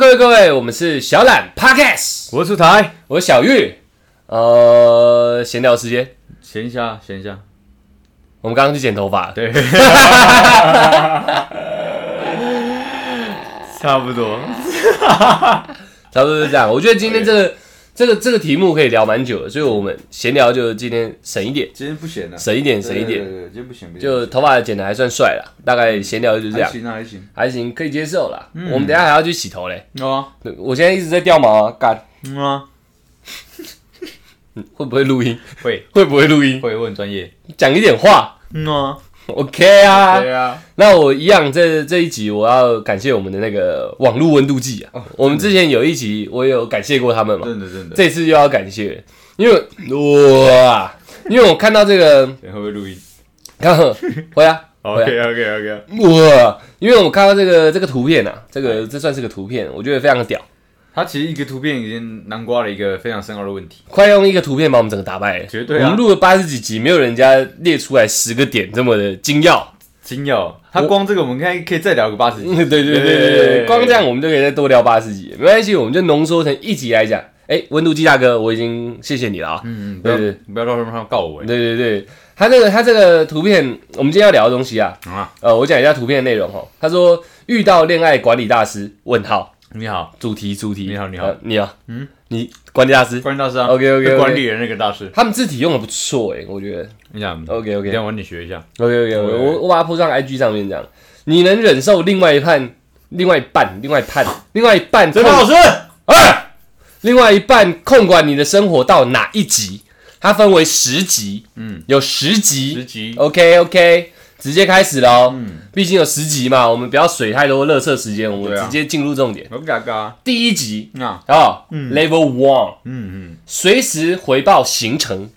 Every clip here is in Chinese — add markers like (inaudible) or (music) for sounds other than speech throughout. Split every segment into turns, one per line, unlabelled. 位各位，我们是小懒 Podcast，
我是出台，
我是小玉。呃，闲聊时间，
闲一下，闲一下。
我们刚刚去剪头发，
对，差不多。
差不多是这样。我觉得今天这个这个这个题目可以聊蛮久的，所以我们闲聊就今天省一点，
今天不闲了，
省一点，省
啊对
一
对
点。
对，今天不闲，不闲
就头发剪的还算帅啦，大概闲聊就是这
还
样，
行嗯啊，还行。
还行，可以接受啦。我们等一下还要去洗头嘞，
有
哦
啊，
对我现在一直在掉毛啊，干
嗯啊，
会不会录音？
会
会不会录音？
会，我很专业。
讲一点话
嗯啊，
，OK 啊。
对啊，
那我一样，这这一集我要感谢我们的那个网络温度计
哦
啊。我们之前有一集我有感谢过他们嘛，
真的真的。
这次又要感谢了，因为哇，因为我看到这个， (laughs)
会不会录音
看回来回来
OK OK OK，
哇，因为我看到这个这个图片啊，这个这算是个图片，我觉得非常的屌，
它其实一个图片已经南瓜了一个非常深奥的问题。
快用一个图片把我们整个打败了。
绝对啊
我们录了八十几集，没有人家列出来十个点这么的精要。
金耀，它哦光这个我们应该可以再聊个八十集。
(laughs) 对对对对对，光这样我们就可以再多聊八十集，没关系，我们就浓缩成一集来讲。哎，温度计大哥，我已经谢谢你了啊、
嗯嗯，不
对
要
对
不要到时候他们告我欸。
对对对，他这个他这个图片，我们今天要聊的东西啊，
啊，
呃，我讲一下图片的内容哦。他说遇到恋爱管理大师，问号，
你好，
主题主题，
你好你好
呃你好，嗯
嗯，
你管理大师，
关大师啊
OK，OK，OK
被管理人那个大师，
他们字体用的不错诶，我觉得
你想
OK
等
OK
一
OK
下我帮你学一下。
OK，
对
我我把它铺上 IG 上面这样，你能忍受另外一半，另外一半，另外一半，另外一半
真的
痛
好吃。
二，另外一半控管你的生活到哪一集？它分为十集，嗯
嗯，
有十集。
十集
OK OK，直接开始喽。嗯，毕竟有十集嘛，我们不要水太多，乐色时间，我
对
们
啊
直接进入重点。
我嘎嘎，
第一集
那
哦、Level One，
嗯
随时回报行程。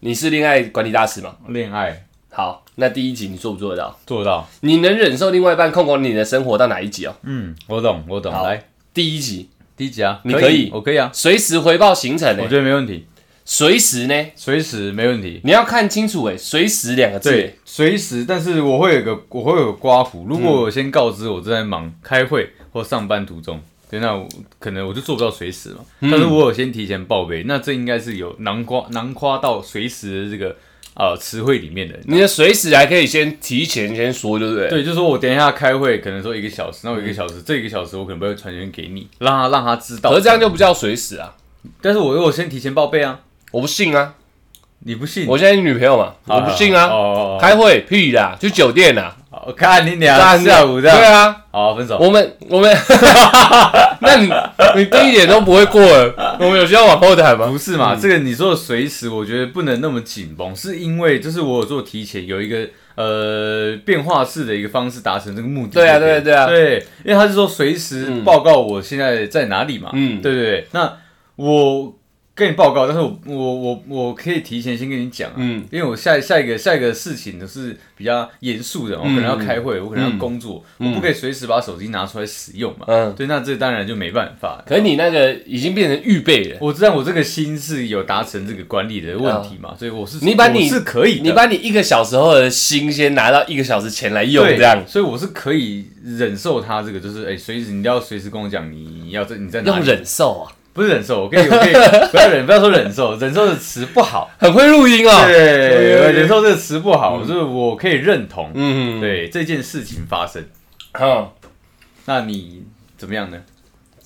你是恋爱管理大师吗？
嗯，恋爱
好，那第一集你做不做得到？
做到，
你能忍受另外一半控管你的生活到哪一集哦？
嗯，我懂我懂，
好
来
第一集，
第一集啊，
你
可
可以
我可以啊，
随时回报行程呢、欸
我觉得没问题，
随时呢？
随时没问题，
你要看清楚诶，随时两个字欸诶。
对，随时，但是我会有个我会有个刮胡，如
嗯
果我先告知我正在忙开会或上班途中。对，那我可能我就做不到随时嘛，但
嗯
是我有先提前报备，那这应该是有囊括囊括到随时的这个呃词汇里面的。
你的随时还可以先提前先说，对不对？
对，就是说我等一下开会，可能说一个小时，那我一个小时，这一个小时我可能不会传讯给你，让他让他知道。
可是这样就不叫随时啊！
但是我我先提前报备啊，
我不信啊！
你不信？
我现在有女朋友嘛，
嗯好
我不信啊！
哦，
开会屁啦，去酒店啊啦，
我看你俩
干
下午这
啊对
样，
啊，
好分手。
我们我
(laughs)
们，那你你第一点都不会过了，我们有需要往后谈吗？
不是嘛？这个你说的随时，我觉得不能那么紧绷，是因为就是我有做提前，有一个呃变化式的一个方式达成这个目的就可
对
以
啊
了。
对啊对啊
对，因为他是说随时报告我现在在哪里嘛。
嗯
对对对。那我跟你报告，但是我我我我可以提前先跟你讲啊，
嗯
因为我下下一个下一个事情都是比较严肃的嘛，我
嗯
可能要开会，我可能要工作，我不可以随时把手机拿出来使用嘛。
嗯，
对，那这当然就没办法。
可是你那个已经变成预备了，
(laughs) 我知道我这个心是有达成这个管理的问题嘛，所以我是
啊你把你
我是可以的
你把你一个小时后的心先拿到一个小时前来用，
对
这样
所以我是可以忍受他这个，就是哎，随、时你要随时跟我讲你要在你在哪
用
里，
忍受啊，
不是忍受，我可以我可以不
(laughs)
要忍不要说忍受，忍受的词不好，
很会录音啊，
对，忍受这个词不好，就是我可以认同、
嗯，
对这件事情发生，
嗯。
那你怎么样呢？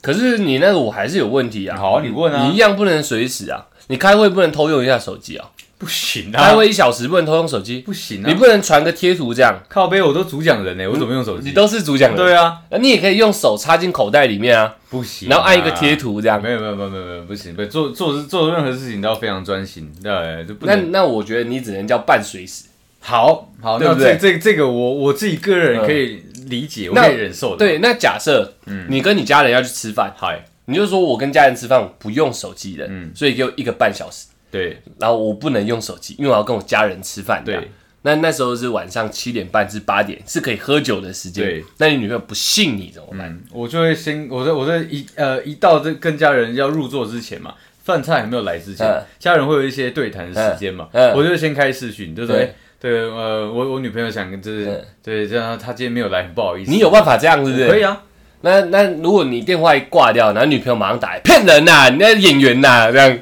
可是你那个我还是有问题啊。
好啊你问啊
你一样不能随时啊，你开会不能偷用一下手机啊，
不行
开
啊，
会一小时不能偷用手机，
不行
你
啊，
不能传个贴图这样，
靠背我都主讲人呢、我怎么用手机？
你都是主讲人，
对啊，
那你也可以用手插进口袋里面啊，
不行啊、
然后按一个贴图这样。
啊没有没有没有没有没有不行，不做做做任何事情都要非常专心，对，就不
那
能
那我觉得你只能叫半随时，
好好，
对
那
不对嗯
这这这个我我自己个人可以理解，我
那
可以忍受的。，
对，那假设你跟你家人要去吃饭，
嗯嗨，
你就说我跟家人吃饭我不用手机的，
嗯
所以给我一个半小时，
对
然后我不能用手机，因为我要跟我家人吃饭。这样
对，
那那时候是晚上七点半至八点，是可以喝酒的时间。
对，
那你女朋友不信你怎么办？
嗯，我就会先我在我在一呃一到这跟家人要入座之前嘛，饭菜还没有来之前
嗯，
家人会有一些对谈的时间嘛，
嗯嗯
我就会先开视讯，对不
对嗯
对？对，呃，我我女朋友想跟就是对，这样她今天没有来，很不好意思。
你有办法这样，是不是？
可以啊，
那那如果你电话一挂掉，然后女朋友马上打来，骗人呐、你那演员呐、这样，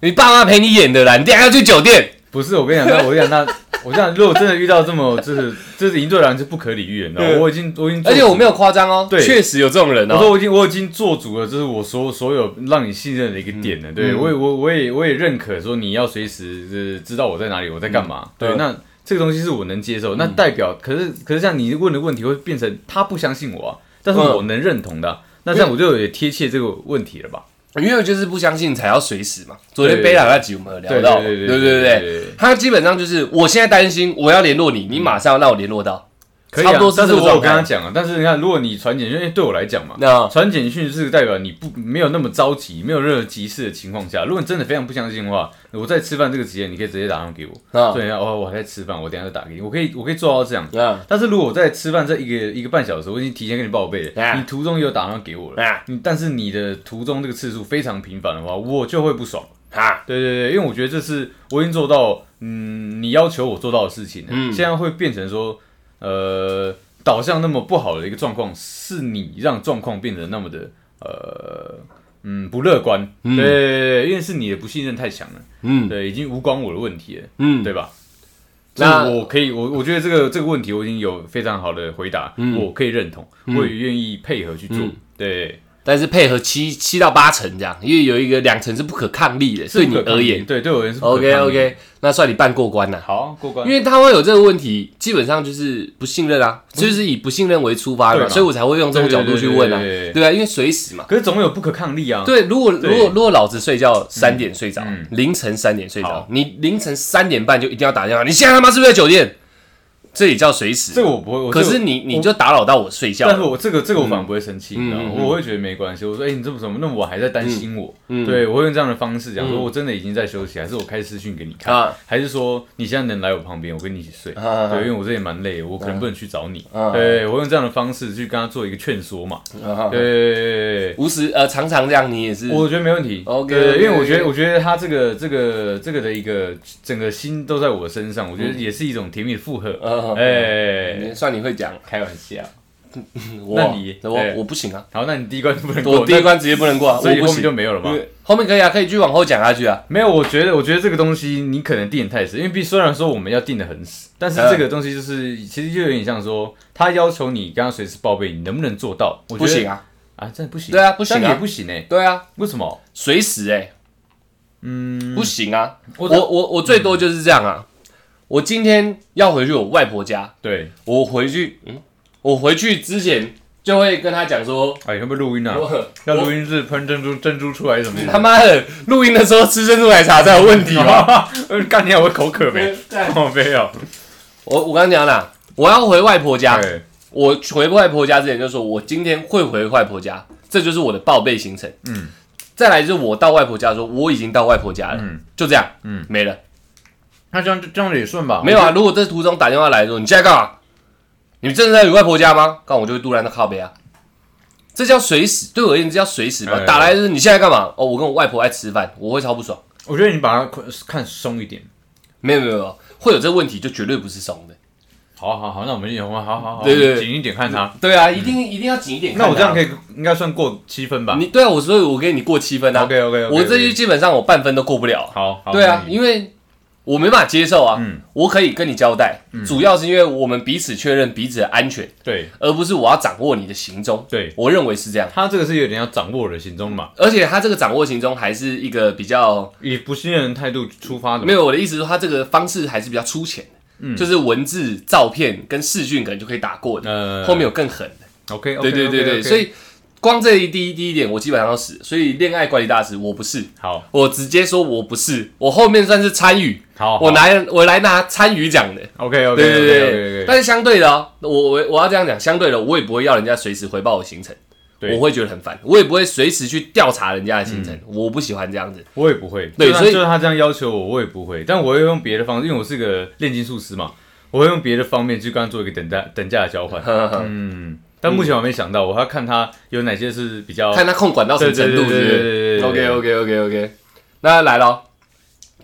你爸妈陪你演的啦，你等一下要去酒店，
不是，我跟你讲，那我跟你讲，那 (laughs) 我跟你讲，如果真的遇到这么就是就是赢对狼就不可理喻，你知道吗？
嗯
我已经我已经，
而且我没有。夸张哦，
对
确实有这种人
我
哦，
说我已经我已经做足了，这是我所所有让你信任的一个点了。对
嗯
我也我我也我也认可说你要随时就是知道我在哪里，我在干嘛。对，
嗯
那这个东西是我能接受，那代表可是可是像你问的问题会变成他不相信我啊，但是
嗯
我能认同的啊，那这样我就也贴切这个问题了吧？
因为我就是不相信才要随时嘛。昨天
对
贝拉那集我们有聊到嘛，
对
对对
对对
对
对对对
对，他基本上就是我现在担心，我要联络你，你马上要让我联络到，
可以
差
啊
不多，是
但
这
是
个
我有
状
跟他
态。
讲啊，但是你看，如果你传简讯，因哎为对我来讲嘛，
那
传简讯是代表你不没有那么着急，没有任何急事的情况下，如果你真的非常不相信的话，我在吃饭这个时间，你可以直接打电话给我。
那
对啊，哦，我还在吃饭，我等一下就打给你。我可以，我可以做到这样。
那
但是如果我在吃饭这一个一个半小时，我已经提前跟你报备了，
啊
你途中有打电话给我了，嗯
那
你但是你的途中这个次数非常频繁的话，我就会不爽。
啊，
对对对，因为我觉得这是我已经做到，嗯，你要求我做到的事情了。
嗯
现在会变成说，呃，导向那么不好的一个状况，是你让状况变得那么的，呃，嗯，不乐观。
嗯
对对对对，因为是你的不信任太强了，
嗯
对，已经无关我的问题了，
嗯，
对吧？
那
那我可以，我我觉得这个这个问题我已经有非常好的回答，
嗯
我可以认同，我也愿意配合去做。
嗯
对，
但是配合七七到八成这样，因为有一个两成是不可抗力的，
是
对
不
你
可抗
而
力
言。
对对我而言是不可
OK
抗力
OK，那算你半过关啦、
好过关
因。为他会有这个问题，基本上就是不信任啊，就是以不信任为出发
对
的，
嘛
所以我才会用这种角度去问啊，
对对对对对
对啊，因为随时嘛。
可是总有不可抗力啊。
对，如果
对
如果如果老子睡觉三点睡着
嗯，
凌晨三点睡着
好，
你凌晨三点半就一定要打电话，你现在他妈是不是在酒店？这也叫随时
这。个我不会，我
可是
这个
你你就打扰到我睡觉
但是
了，
我这个这个我反而不会生气，你知道吗
嗯？嗯
我会觉得没关系。我说，哎，你这么什么？那我还在担心我，
嗯
对我会用这样的方式讲说，
嗯
我真的已经在休息，还是我开私讯给你看
啊，
还是说你现在能来我旁边，我跟你一起睡？
啊
对，因为我这也蛮累，我可能不能去找你。
啊
对，我用这样的方式去跟他做一个劝说嘛。
啊
(laughs) 对，
无时呃常常这样，你也是
我觉得没问题。
OK，
对，因为我
OK，
觉得，我觉得他这个这个这个的一个整个心都在我身上，我觉得也是一种甜蜜的负荷。
嗯
哎，
你算你会讲，哎
开玩笑。
我
那你对
我我不行啊，
好，那你第一关就不能过，
我第一关直接不能过啊，
所
我
以
不
后面
行
就。没有了吗？
对后面可以啊，可以继续往后讲下去啊。
没有，我觉得，我觉得这个东西你可能定得太死，因为毕虽然说我们要定的很死，但是这个东西就是、其实就有点像说，他要求你刚刚随时报备，你能不能做到？我觉
不
得
行啊，
啊，真的不行。
对啊不行啊
这样也不行哎、
对啊，
为什么？
随时哎，
嗯，
不行啊。
我
我我我最多就是这样啊。我今天要回去我外婆家，
对，
我回去，嗯，我回去之前就会跟她讲说，
哎，会不会录音啊？
我
要录音是喷珍珠珍珠出来什么意思？
他妈的录音的时候吃珍珠奶茶才有问题吧？
呃 (laughs) 干你啊！我口渴 (laughs) 没？
对
哦，没有。
我我刚讲啦，我要回外婆家，
对，
我回外婆家之前就说，我今天会回外婆家，这就是我的报备行程。
嗯，
再来就是我到外婆家说我已经到外婆家了，
嗯
就这样，
嗯，
没了，
那这样这样也顺吧？
没有啊。如果这途中打电话来说，你现在干嘛？你真的在你外婆家吗？干我就会突然的靠背啊，这叫随时，对我而言这叫随时吧
哎。
打来就是你现在干嘛？哦，我跟我外婆爱吃饭，我会超不爽。
我觉得你把它看松一点。
没有没有没有，会有这问题就绝对不是怂的。
好啊好好，那我们也好好好好，
对对对
紧一点看他。
对啊，一定、一定要紧一点看
那
啊。
我这样可以应该算过七分吧
你对啊，我所以我给你过七分啊。
？OK OK，
我这就基本上我半分都过不了啊。
好，好
对啊，
没问题
因为我没办法接受啊。
嗯
我可以跟你交代，主要是因为我们彼此确认彼此的安全，
对
而不是我要掌握你的行踪。
对，
我认为是这样。
他这个是有点要掌握我的行踪嘛，
而且他这个掌握行踪还是一个比较
以不信任态度出发的
没
嘛。
有我的意思是说，他这个方式还是比较粗浅的，
嗯
就是文字、照片跟视讯可能就可以打过的，
呃，
后面有更狠的。
OK，
对对对对，所以光这一第一第一点，我基本上都是，所以恋爱管理大师我不是，
好
我直接说我不是，我后面算是参与，
好，
我拿我来拿参与奖的。
OK OK
对对对对，
对
但是相对的哦，我我我要这样讲，相对的，我也不会要人家随时回报我行程，
对嗯
我会觉得很烦，我也不会随时去调查人家的行程，我不喜欢这样子。
我也不会，
对
就算
所以
就是他这样要求我，我也不会，但我会用别的方式，因为我是个炼金术师嘛，我会用别的方面去跟他做一个等价等价的交换。嗯，但目前我还没想到，我还要看他有哪些是比较
看他控管到什么程度，是不
哦对对对对对
是
对对
？OK OK OK OK，那来咯，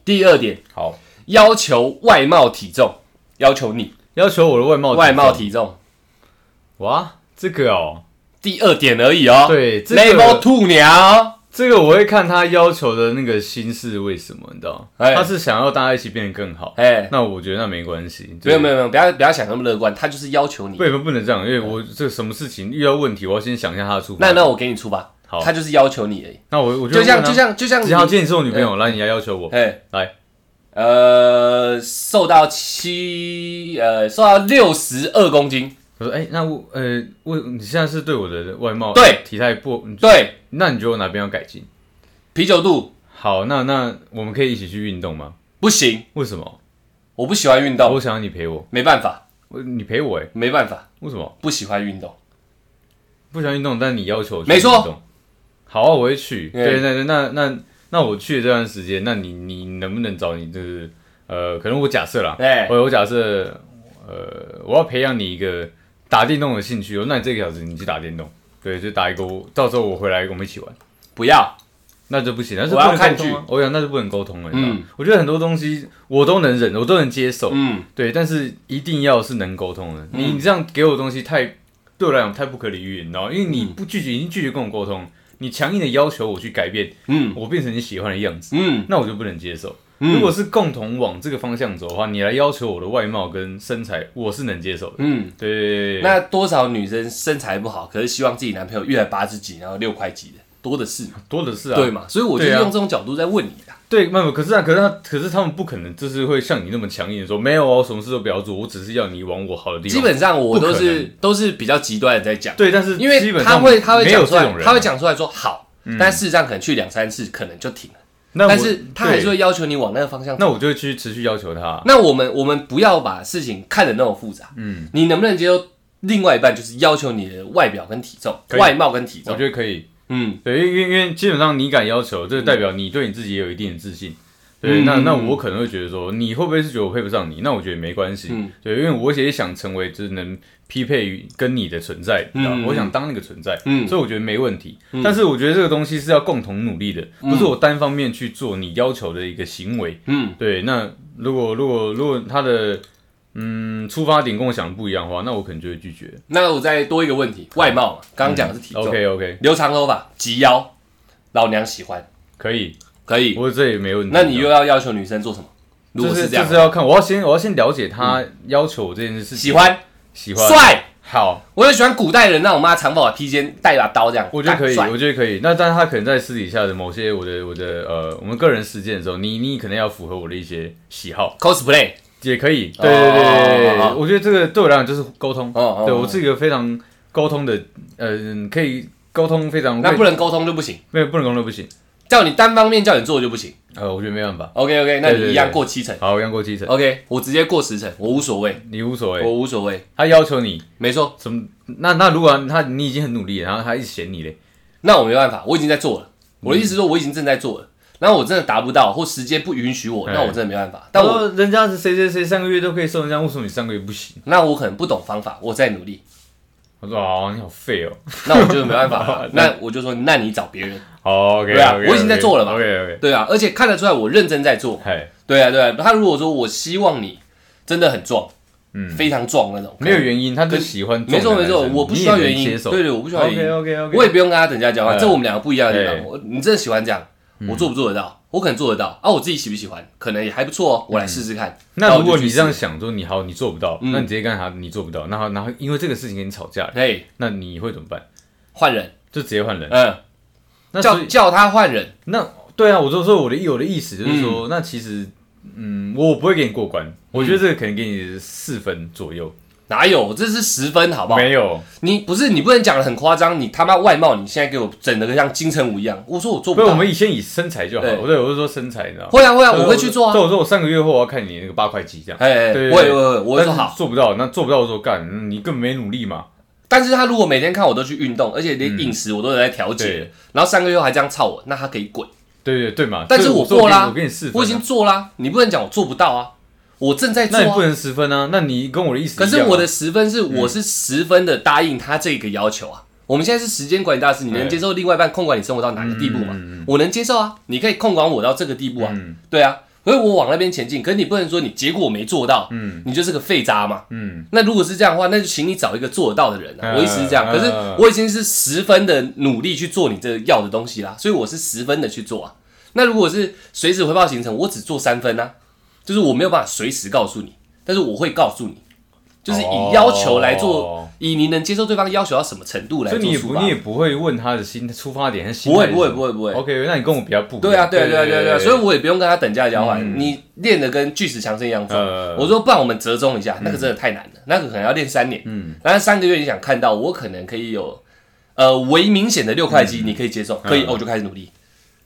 第二点，
好，
要求外貌体重，要求你
要求我的外貌
外貌体重，
哇，这个哦，
第二点而已哦。
对这个
，Level Two 鸟，哦
这个我会看他要求的那个心是为什么，你知道？
哎
他是想要大家一起变得更好。
哎，
那我觉得那没关系，
没有没有没有，不要不要想那么乐观，他就是要求你
不。不不能这样，因为我这什么事情遇到问题，我要先想一下他的出发
那
点。
那我给你出吧
好，
他就是要求你而已。
那我我
就
问啊
像就像就像
只要
你，
见你是我女朋友，那你要要求我
哎，
来，
呃，瘦到七，呃，瘦到六十二公斤，
我说哎，那我呃，我你现在是对我的外貌
对
体态不，你
对，
那你觉得我哪边要改进？
啤酒肚
好，那那我们可以一起去运动吗？
不行，
为什么？
我不喜欢运动，
我想要你陪我，
没办法，
我你陪我哎，
没办法，
为什么？
不喜欢运动。
不想运动，但你要求我去
没错
运动。好啊，我会去。
哎
对对对，那那那我去的这段时间，那你你能不能找你就是呃，可能我假设啦，
哎
我我假设呃，我要培养你一个打电动的兴趣哦，那你这个小时你去打电动，对，就打一个，我到时候我回来我们一起玩。
不要，
那就不行，那是
我
不
要
能沟
看
通、啊
剧。
我想那就不能沟通了。嗯
嗯，
我觉得很多东西我都能忍，我都能接受。
嗯，
对，但是一定要是能沟通的。你你这样给我的东西太对我来讲太不可理喻，你知道吗？因为你
嗯
不拒绝，已经拒绝跟我沟通，你强硬的要求我去改变，
嗯
我变成你喜欢的样子，
嗯
那我就不能接受。
嗯
如果是共同往这个方向走的话，你来要求我的外貌跟身材，我是能接受的。
嗯，
对对对对
那多少女生身材不好，可是希望自己男朋友一百八十几，然后六块几的，多的是嘛，
多的是啊，
对嘛？所以我就
对啊
用这种角度在问你啦。
对，没有，可是啊，可是他，可是他们不可能就是会像你那么强硬的说，没有哦，什么事都不要做，我只是要你往我好的地方。
基本上我都
不可
是都是比较极端的在讲，
对，但是
因
基
为
本
他
上
会他会
没有
讲出
这
来
种，人，啊嗯
他会，讲出来说好，但事实上可能去两三次可能就停了，
那我
但是他还是
对
会要求你往那个方向走。
那我就会去持续要求他。
那我们我们不要把事情看得那么复杂，嗯，你能不能接受另外一半就是要求你的外表跟体重、
可以
外貌跟体
我
重？
觉得可以，
嗯，
对，因为因为因为基本上你敢要求，这代表你对你自己也有一定的自信。对，
嗯
那那
嗯
我可能会觉得说，你会不会是觉得我配不上你？那我觉得没关系，
嗯
对，因为我也想成为就是能匹配于跟你的存在，你知道吗
嗯
我想当那个存在，
嗯
所以我觉得没问题。但是我觉得这个东西是要共同努力的，不是我单方面去做你要求的一个行为。
嗯，
对，那如果如果如果他的嗯出发点跟我想的不一样的话，那我可能就会拒绝。
那我再多一个问题，外貌嘛，啊刚刚讲的是体重，
嗯 OK OK，
留长头发、及腰，老娘喜欢，
可以，
可以。
我这也没问题。啊
那你又要要求女生做什么？如
嗯就
果
是
是这样嗯
就，是要看，我要先我要先了解他要求我这件事情，
喜欢
喜欢
帅，
好，
我就喜欢古代人那种妈长发披肩带一把刀这样，
我觉得可以，
干帅
我觉得可以。那但是他可能在私底下的某些我的我的呃我们个人实践的时候，你你可能要符合我的一些喜好，
cosplay，
也可以。
哦
对对对对
哦
对
哦，
我觉得这个对我来讲就是沟通。
哦哦
对
哦
我是一个非常沟通的，呃，可以沟通非常
那
会
不能沟通就不行，
没有不能沟通不行。
叫你单方面叫你做就不行。
呃，我觉得没办法。
OK OK，那
对对
你
对
一样过七成。
好，杨过继承，
OK，我直接过十成，我无所谓，
你无所
我
谓。
无所谓，
他要求你
没错。
什么？那那如果他你已经很努力了，然后他一直嫌你嘞，
那我没办法，我已经在做了。
嗯
我的意思是说，我已经正在做了。然后我真的达不到，或时间不允许我，
哎
那我真的没办法。
他
但我
说人家是谁谁谁上个月都可以瘦成这样，为什么你上个月不行？
那我可能不懂方法，我在努力，
我说哦，你好废哦。
那我就没办
(laughs)
法了。那我就说，那你找别人，
好，OK，
对啊我已经在做了嘛
OK OK，
对啊。而且看得出来我认真在做，
嗨，
对啊，对啊。他如果说我希望你真的很壮，嗯，非常壮那种，
没有原因，他就喜欢
没
这
错
种
没
男生。
错，我不需要原因，对对，我不需要原因
OK OK OK，
我也不用跟他等价交换，
嗯
这我们两个不一样的地方。
对
我你真的喜欢这样，
嗯
我做不做得到？我可能做得到啊，我自己喜不喜欢，可能也还不错哦，我
嗯
来试试看。
那如果你这
让，
样想说你好，你做不到，那你直接跟他你做不到，然后然后因为这个事情跟你吵架了，
嗯嘿，
那你会怎么办？
换人，
就直接换人。
嗯，
哎那所以
叫叫他换人，
那对啊，我就说我的意我的意思就是说，那其实，嗯，我不会给你过关，我觉得这个可能给你四分左右，
哪有？这是十分好不好？
没有，
你不是你不能讲的很夸张，你他妈外貌你现在给我整的像金城武一样，我说我做
不
不
是
到。
我们以先以身材就好了，
对
对，我是说身材，你知道吗？
会啊会啊，
对
我会去做
对，
啊。
我说我上个月后我要看你那个八块肌这样，
哎哎，
对对
我也
对
我也我会说
但是
好，
做不到，那做不到的时候干，嗯你根本没努力嘛，
但是他如果每天看我都去运动，而且连饮食我都有在调节
嗯对，
然后三个月后还这样操我，那他可以滚。
对对对嘛，
但是
所以
我
说
过啦
我给你四分啊，
我已经做啦、你不能讲我做不到啊，我正在做
那你不
啊。
能十分啊，那你跟我的意思一
可
样啊，
是我的十分是我是十分的答应他这个要求啊。我们现在是时间管理大师，你能
对
接
嗯
受另外一半控管你生活到哪个地步吗？我能接受啊，你可以控管我到这个地步啊，对啊。可是我往那边前进，可是你不能说你结果没做到，嗯，你就是个废渣嘛，嗯。那如果是这样的话，那就请你找一个做得到的人啊。
嗯
我意思是这样，可是
嗯
我已经是十分的努力去做你这要的东西啦，所以我是十分的去做啊。那如果是随时回报行程，我只做三分啊，就是我没有办法随时告诉你，但是我会告诉你，就是以要求来做，
哦
以你能接受对方要求到什么程度来
所
做
以你也
出
不
发
你。也不会问他的心出发点和
啊
心
不会
态是
不会
什么
不会不会
OK，那你跟我比较不一样
对啊，对啊，对啊，对啊，对啊，所以
以
我也不用跟他等价交换。你练的跟巨石强森一样重，
嗯呃嗯
我说不然我们折中一下，那个真的太难了，那个可能要练三年。嗯，然后三个月你想看到，我可能可以有呃为明显的六块肌，你可以接受，可以，
嗯
哦我就开始努力。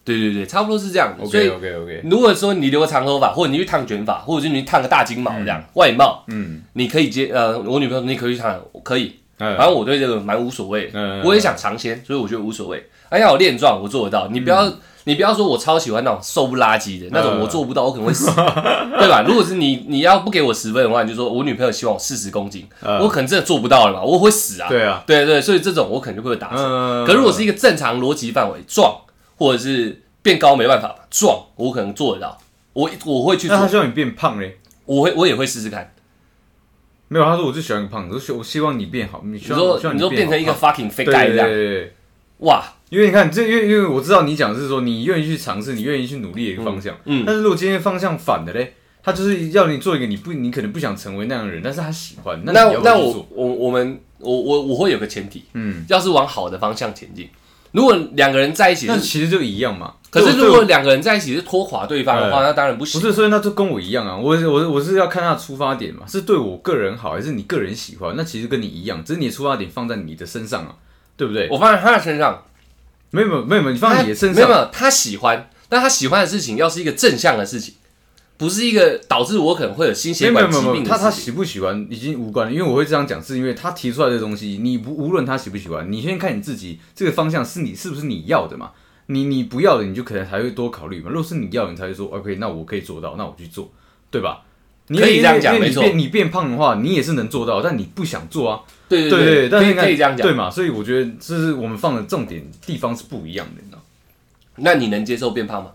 对对对，差不多是这样的。所
OK
以
OK OK，
如果说你留个长头发，或者你去烫卷发，或者是你去烫个大金毛这样外貌，
嗯
你可以接呃，我女朋友说你可以去烫，我可以，反
嗯，
正我对这个蛮无所谓的，
嗯
我也想尝鲜，所以我觉得无所谓。哎呀，我练壮我做得到，你不要、你不要说我超喜欢那种瘦不拉几的那种，
嗯
我做不到，我可能
(laughs)
会死，对吧？如果是你你要不给我十分的话，你就说我女朋友希望我四十公斤，
嗯
我可能真的做不到了嘛，我会死啊。
对啊，
对对，所以这种我可能就会打折。
嗯，
可如果是一个正常逻辑范围，壮或者是变高没办法吧，壮我可能做得到，我我会去
那他
做，
希望你变胖嘞？
我会我也会试试看。
没有，他说我就喜欢你胖，我希我希望你变好，你希
你
望
说
希望
你说变
好
成一个
胖
fucking fake
对
guy
对
这
对
样，
对对，
哇，
因为你看，这因为因为我知道你讲的是说你愿意去尝试，你愿意去努力的一个方向。
嗯嗯
但是如果今天方向反的嘞，他就是要你做一个你不，你可能不想成为那样的人，但是他喜欢，那
那
你要不
那
要去
我
做？
我我们我我我会有个前提，
嗯，
要是往好的方向前进。如果两个人在一起
那
是，
其实就一样嘛。
可是
对
如
我
果两个人在一起是拖垮对方的话，
哎
那当然不
不
行。
是，所以那就跟我一样啊，我我我是要看他的出发点嘛，是对我个人好还是你个人喜欢？那其实跟你一样，只是你的出发点放在你的身上啊，对不对？
我放在他的身上，
没有没有没有，你放在你的身
哎没有没
上，啊
有，他喜欢，但他喜欢的事情要是一个正向的事情，不是一个导致我可能会有心血
没
管
有没
疾
有没有，
病的
他他
事情。
喜不喜欢已经无关了，因为我会这样讲，是因为他提出来的东西，你不无论他喜不喜欢，你先看你自己这个方向是你是不是你要的嘛，你你不要的，你就可能还会多考虑嘛。如果是你要的，你才会说 OK，那我可以做到，那我去做，对吧？你
可以这样讲
因为
没
你
错
变你变胖的话，你也是能做到，但你不想做啊，
对
对
对，
但
可
是
以
应该
可以这样讲
对。嘛？所以我觉得这是我们放的重点地方是不一样的，你知道？
那你能接受变胖吗？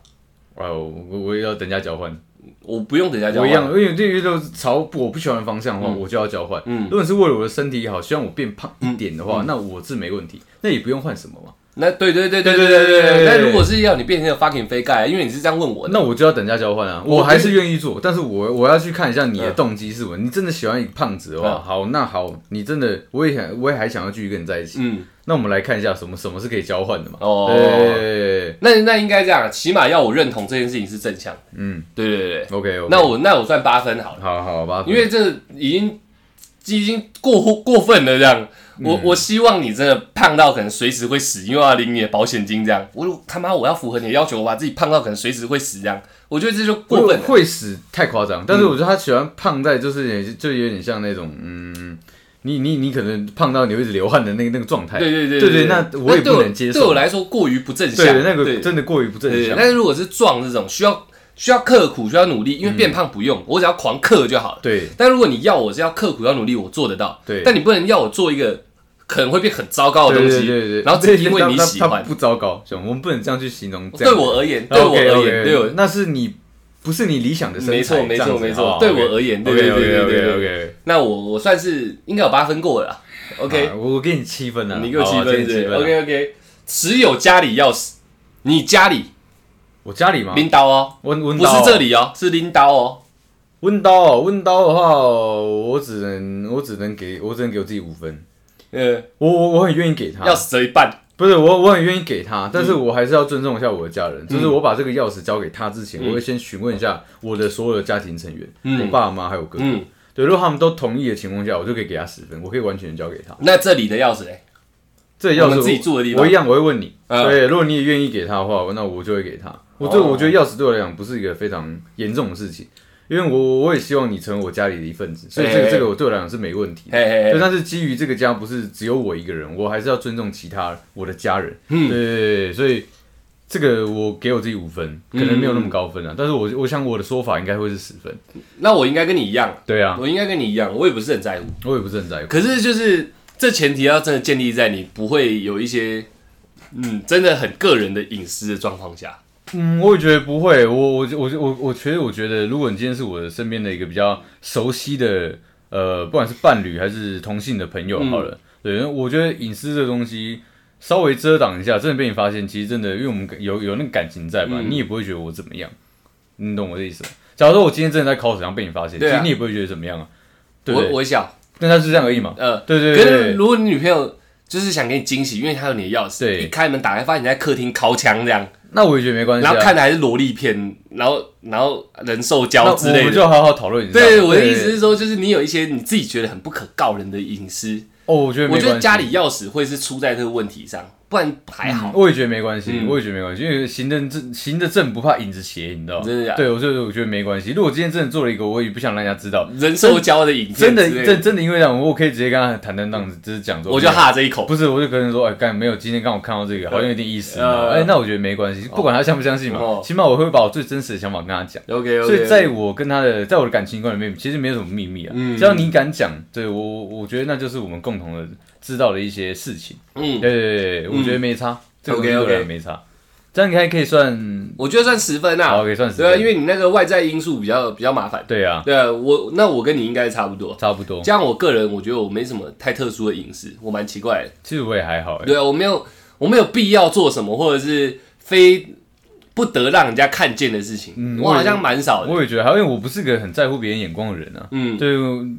哎呦，我我也要等价交换，
我不用等人家
我一
交
样，
换。
因为对于都是朝我不喜欢的方向的话，我就要交换。
嗯
如果是为了我的身体好，希望我变胖一点的话，那我是没问题，那也不用换什么嘛。
那对对对对
对
对对
对对
对。
对
但
对
如果是要你变成一个 fucking fake guy，因为你是这样问我的，
那我就要等价交换啊，我还是愿意做，但是我我要去看一下你的动机是什么。你真的喜欢一个胖子的话，
嗯
好，那好，你真的我也想，我也还想要继续跟你在一起。
嗯，
那我们来看一下什么什么是可以交换的嘛？
哦
对
那那应该这样，起码要我认同这件事情是正向的。
嗯
对对对，
，OK，
那我那我算八分好了，
好好吧，
因为这已经已经过乎过分了这样。
嗯
我、我希望你真的胖到可能随时会死，因为我要领你的保险金这样。我就他妈我要符合你的要求，我把自己胖到可能随时会死这样。我觉得这就过分了。
会死太夸张，但是我觉得他喜欢胖在就是也就有点像那种嗯，你你你可能胖到你会一直流汗的那个那个状态，
对对对
对
对，
那我也
对
不能接受，
对我来说过于不正向。
对那
对
个真的过于不正
对，
向，
但是如果是壮这种需要需要刻苦需要努力，因为变胖不用，我只要狂克就好了。
嗯对
但如果你要我是要刻苦要努力，我做得到。
对
但你不能要我做一个可能会变很糟糕的
对
东
对
西，
对对，
然后只因为你喜
他他
欢。
不糟糕，我们不能这样去形容这样，啊
对我而言，对
OK，OK，
我而言，对我，
那是你不是你理想的身材，
没错没
这样
错
子哦啊
没错，对我而言，对对对对对对。
，OK
那我我算是应该有八分过了啦
OK，
，OK，
啊我我给你七分了，
你给我
好
七
啊
分
给你
是
七分啊
OK OK，持有家里钥匙，你家里
我家里嘛，
拎刀哦，
温温
不是这里哦，是拎刀哦。
温刀哦，温刀的话，我只能我只能给我只能给我自己五分。
呃，
我我我很愿意给他，
钥匙折一半，
不是我我很愿意给
嗯
他，但是我还是要尊重一下我的家人。就是我把这个钥匙交给他之前，
嗯
我会先询问一下我的所有的家庭成员，
嗯
我爸妈还有哥哥。
嗯，
对，如果他们都同意的情况下，我就可以给他十分，我可以完全交给他。
那这里的钥匙嘞？
这钥匙
我们
我
哦自己住的地方
我一样我会问你。
嗯
对，如果你也愿意给他的话，那我就会给他。我对、
哦
我觉得钥匙对我来讲不是一个非常严重的事情，因为我我也希望你成为我家里的一份子，所以这
哎
个
哎
这个我对我来讲是没问题的。
嘿嘿
对，
嘿，
但是基于这个家不是只有我一个人，我还是要尊重其他我的家人。
嗯
对对对对，所以这个我给我自己五分，可能没有那
嗯
么高分啊，但是我我想我的说法应该会是十分。
那我应该跟你一样，
对啊，
我应该跟你一样，我也不是很在乎。
我也不是很在乎。
可是就是这前提要真的建立在你不会有一些嗯真的很个人的隐私的状况下，
嗯，我也觉得不会。我我我我我觉得，我觉得，如果你今天是我的身边的一个比较熟悉的，呃，不管是伴侣还是同性的朋友，
嗯
好了，对，我觉得隐私这东西稍微遮挡一下，真的被你发现，其实真的，因为我们有有那个感情在嘛，
嗯
你也不会觉得我怎么样，你懂我的意思吗？假如说我今天真的在 cos 上被你发现，
对啊
其实你也不会觉得怎么样啊，对不
我
对？
我想，
但他是这样而已嘛，
呃，
对对
可
对
是
对，
如果你女朋友就是想给你惊喜，因为她有你的钥匙，
对
一开门打开发现你在客厅掏枪这样，
那我也觉得没关系、啊。
然后看的还是萝莉片，然后然后人兽
那
交之
我
类
们
的。
就好好讨论一下嘛。
对，我的意思是说，就是你有一些你自己觉得很不可告人的隐私，
哦，我觉得没
我觉
关
得
系
家里钥匙会是出在这个问题上，不然还好。
(laughs) 我也觉得没关系，
嗯
我也觉得没关系，因为行得正行得正不怕影子斜，你知道吗？
真的假的
对，我就我觉得没关系。如果今天真的做了一个，我也不想让人家知道，
人兽交的影片
真的
之类
真真的因为这样，我可以直接跟他坦坦荡子，就是讲说，
我就
没有
哈这一口。
不是，我就跟人说，哎，干没有，今天刚好看到这个，好像有点意思，你知道吗
呃
哎，那我觉得没关系，不管他相不相信嘛
哦，
起码我会把我最真实的想法跟他讲。
OK
所以，在我跟他的，在我的感情观里面，其实没有什么秘密啊。
嗯
只要你敢讲，对我，我我觉得那就是我们共同的知道的一些事情。
嗯，
对对对对，我觉得没差，这个东西对我来
OK，OK
讲没差，这样应该可以算，
我觉得算十分啊。
好，可以算十
对啊，
分。
因为你那个外在因素比较比较麻烦。
对啊，
对啊，我那我跟你应该差不多。
差不多。
加上我个人，我觉得我没什么太特殊的隐私，我蛮奇怪的。
其实我也还好哎，
对啊，我没有我没有必要做什么，或者是非不得让人家看见的事情，
嗯
我好像蛮少的。
我也觉得还好，因为我不是个很在乎别人眼光的人啊。
嗯，
对，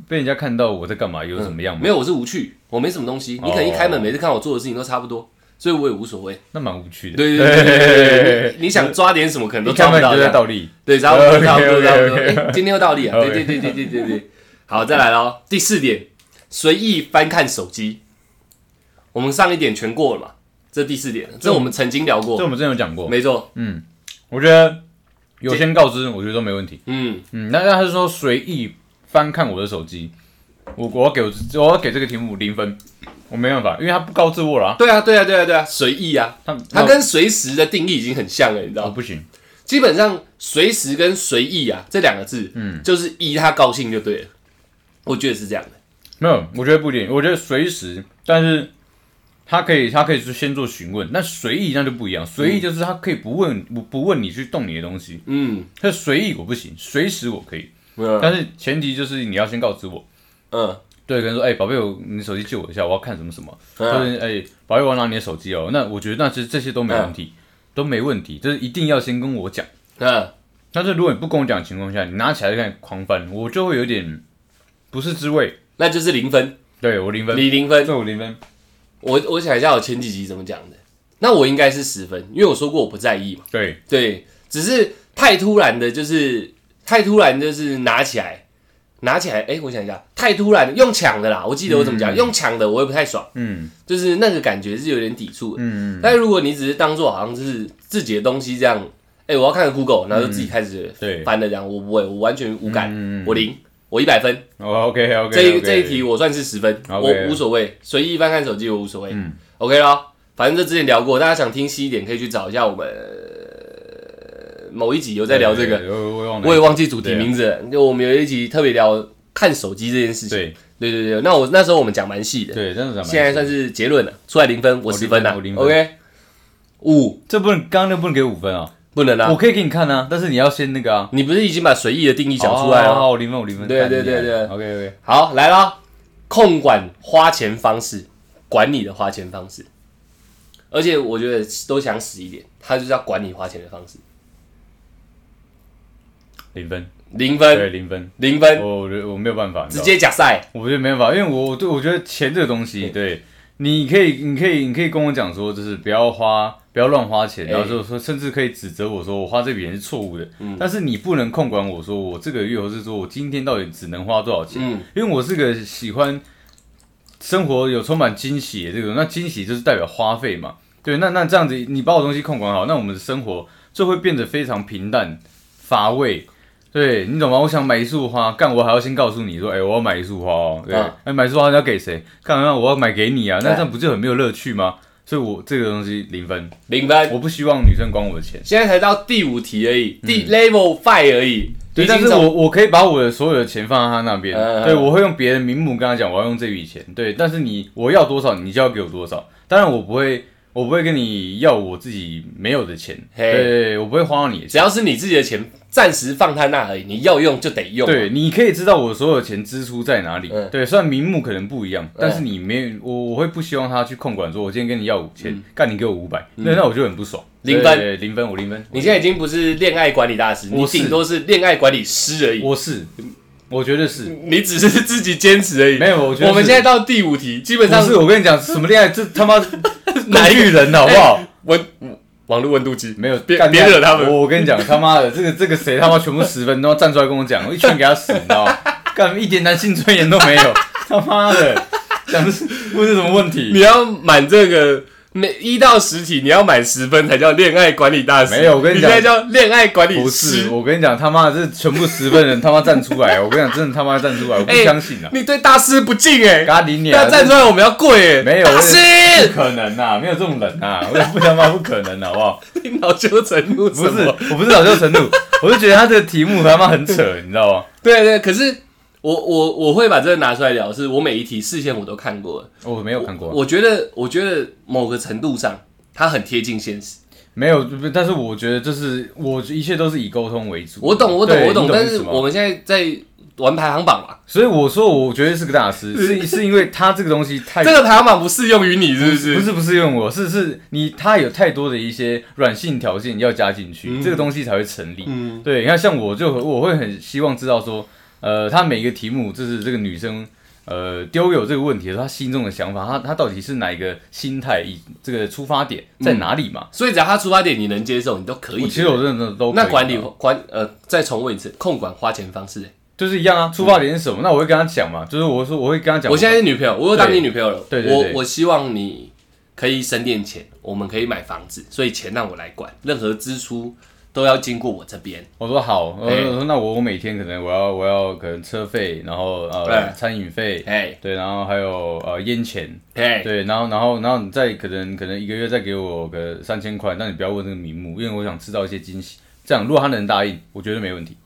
被人家看到我在干嘛有什么样
没
吗？
有，我是无趣，我没什么东西。你可能一开门，每次看我做的事情都差不多，所以我也无所谓。
那蛮无趣的。
对对
(laughs)
对对对对，你你想抓点什么，可能都
一
抓
开
不
门你
到
就
这
在
样。
倒立，
对，差不多，
OK，OK，OK
差不多，差不多。哎，今天又到例啊！对对
OK
对对对对对。好，再来喽。第四点，随意翻看手机。我们上一点全过了嘛？这第四点，这我们曾经聊
嗯这
过，
我们之前有讲过。
没错。
我觉得有先告知，我觉得都没问题。
嗯，
嗯，那那他是说随意翻看我的手机，我我要给我我要给这个题目零分，我没办法，因为他不告知我了啊。
对啊，对啊，对啊，对啊，随意啊，
他
它
那
跟随时的定义已经很像了，你知
我哦
道？
不行。
基本上随时跟随意啊这两个字，嗯，就是依他高兴就对了。我觉得是这样的。
没有，我觉得不一定。我觉得随时，但是他可以，他可以是先做询问。那随意那就不一样，随意就是他可以不问，不不问你去动你的东西。
嗯
他随意我不行，随时我可以，
嗯
但是前提就是你要先告知我。
嗯
对，跟人说，哎、宝贝，我你手机借我一下，我要看什么什么。或
嗯，
者，哎、宝贝，我要拿你的手机哦。那我觉得那这这些都没问题，都没问题，就是一定要先跟我讲。
嗯
但是如果你不跟我讲的情况下，你拿起来就开始狂翻，我就会有点不是滋味。
那就是零分，
对我零分，
你零分。
对我零分。
我我想一下，我前几集怎么讲的？那我应该是十分，因为我说过我不在意嘛。
对，
对，只是太突然的，就是太突然，就是拿起来，拿起来，哎、我想一下，太突然，用抢的啦。我记得我怎么讲，用抢的我也不太爽，
嗯
就是那个感觉是有点抵触的。
嗯。
但如果你只是当做好像是自己的东西这样，哎、我要看个 Google，然后就自己开始
对
翻了这样，我不会，我完全无感，
嗯嗯嗯嗯
我零，我一百分。
哦，OK OK，
这一这一题我算是十分，
OK
我无所谓，随意翻看手机我无所谓。
嗯
OK 咯，反正这之前聊过，大家想听细一点可以去找一下我们呃某一集有在聊这个，
我我忘了
我也忘记主题
对啊
名字了。就我们有一集特别聊看手机这件事情。
对
对对对，那我那时候我们讲蛮细的，
对，这样子
现在算是结论了，出来零分，我
我
十分了
零分我哦零。分
OK，五
这不能，刚刚那不能给五分啊，
不能啊
我，可以给你看啊，但是你要先那个啊，
你不是已经把随意的定义讲出来哦了吗？
好，我零分我零分，，OK 啊 OK，
好，来啦，控管花钱方式，管你的花钱方式，而且我觉得都想死一点，他就是要管你花钱的方式，
零分，
零
对哦
分，
零分，
零分，
我我没有办法，
直接假赛，
(laughs) 我觉得没办法，因为我对我觉得钱这个东西，对，你可以你可以你可以跟我讲说，就是不要花。不要乱花钱，然后就说，甚至可以指责我说我花这笔钱是错误的，但是你不能控管我说我这个月，或是说我今天到底只能花多少钱，
嗯
因为我是个喜欢生活有充满惊喜的这种，那惊喜就是代表花费嘛。对，那那这样子，你把我东西控管好，那我们的生活就会变得非常平淡乏味。对你懂吗？我想买一束花，干我还要先告诉你说，哎、我要买一束花哦。对，哎、
啊
买一束花你要给谁？干嘛我要买给你啊？那这样不就很没有乐趣吗？所以我这个东西零分，
零分。
我不希望女生管我的钱。
现在才到第五题而已，第 level five 而已，
嗯对，
已经
但是
从
我我可以把我的所有的钱放在他那边，
嗯
对我会用别的名目跟他讲，我要用这笔钱，对，但是你我要多少，你就要给我多少。当然我不会，我不会跟你要我自己没有的钱，
嘿
对我不会花到你的
只
钱。
要是你自己的钱，暂时放在那而已，你要用就得用。
对，，你可以知道我所有钱支出在哪里。
嗯
对，虽然名目可能不一样，但是你没有我，我会不希望他去控管，说我今天跟你要五千，干你给我五百，那那我就很不爽。
嗯零分
对，零分，我零分。
你现在已经不是恋爱管理大师，你
我是
顶多是恋爱管理师而已。
我是，我觉得是，
你只是自己坚持而已。
没有我觉得是
我们现在到第五题，基本上
不是我跟你讲，什么恋爱，这
(laughs)
他妈哪
哪一个
育人的好不好？
温网络温度计，
没有，
别
干
别惹他们
我我跟你讲，他妈的，这个这个谁他妈全部十分钟站出来跟我讲，我一拳给他死，你知道
(laughs)
吗？干一点男性尊严都没有，他妈的，讲的是问是什么问题？
你要满这个每一到十题，你要满十分才叫恋爱管理大师。
没有我跟你讲
现在叫恋爱管理
不
师
是，。我跟你讲，他妈的，这全部十分人他妈站出来，我跟你讲，真的他妈站出来，我
(laughs)
不
哎
相信啊！
你对大师不敬哎、
咖喱脸
要站出来，我们要跪哎、
没有
大
不
师，
可能啊，没有这种人啊，我也不他妈不可能，啊好不好？
你恼羞成怒
不
什
是
么？，
我不是老羞成怒，我就觉得他这个题目他妈很扯，你知道吗？
对对，可是我我我会把这个拿出来聊，是我每一题事先我都看过了。
我没有看过啊，
我觉得我觉得某个程度上，它很贴近现实。
没有，不但是我觉得就是我一切都是以沟通为主。
我懂我懂
对
我懂，
你
但
意
是
思吗
我们现在在玩排行榜嘛，
所以我说我觉得是个大
(laughs)
师，是是因为他这个东西太
这个排行榜不适用于你是不是？
哎不是不是用我，是是你他有太多的一些软性条件要加进去，这个东西才会成立。
嗯
对，你看像我就我会很希望知道说，呃，他每个题目就是这个女生。呃，丢有这个问题的时候，她心中的想法，她她到底是哪一个心态，以这个出发点
嗯
在哪里嘛？
所以只要他出发点你能接受，你都可以。
我其实我认真的都可以
那管理
嘛
管呃，再重问一次，控管花钱方式、欸
就是一样啊，出发点是什么？那我会跟他讲嘛，就是我说我会跟他讲，
嗯我现在是女朋友，我又当你女朋友了。
对对对
我我希望你可以省点钱，我们可以买房子，所以钱让我来管，任何支出都要经过我这边。
我说好，我
哎
说我说那我我每天可能我要我要可能车费，然后
哎
呃餐饮费，
哎
对，然后还有呃烟钱，
哎，
对，然后然后然后你再可能可能一个月再给我个三千块，但你不要问这个名目，因为我想吃到一些惊喜。这样如果他能答应，我觉得没问题，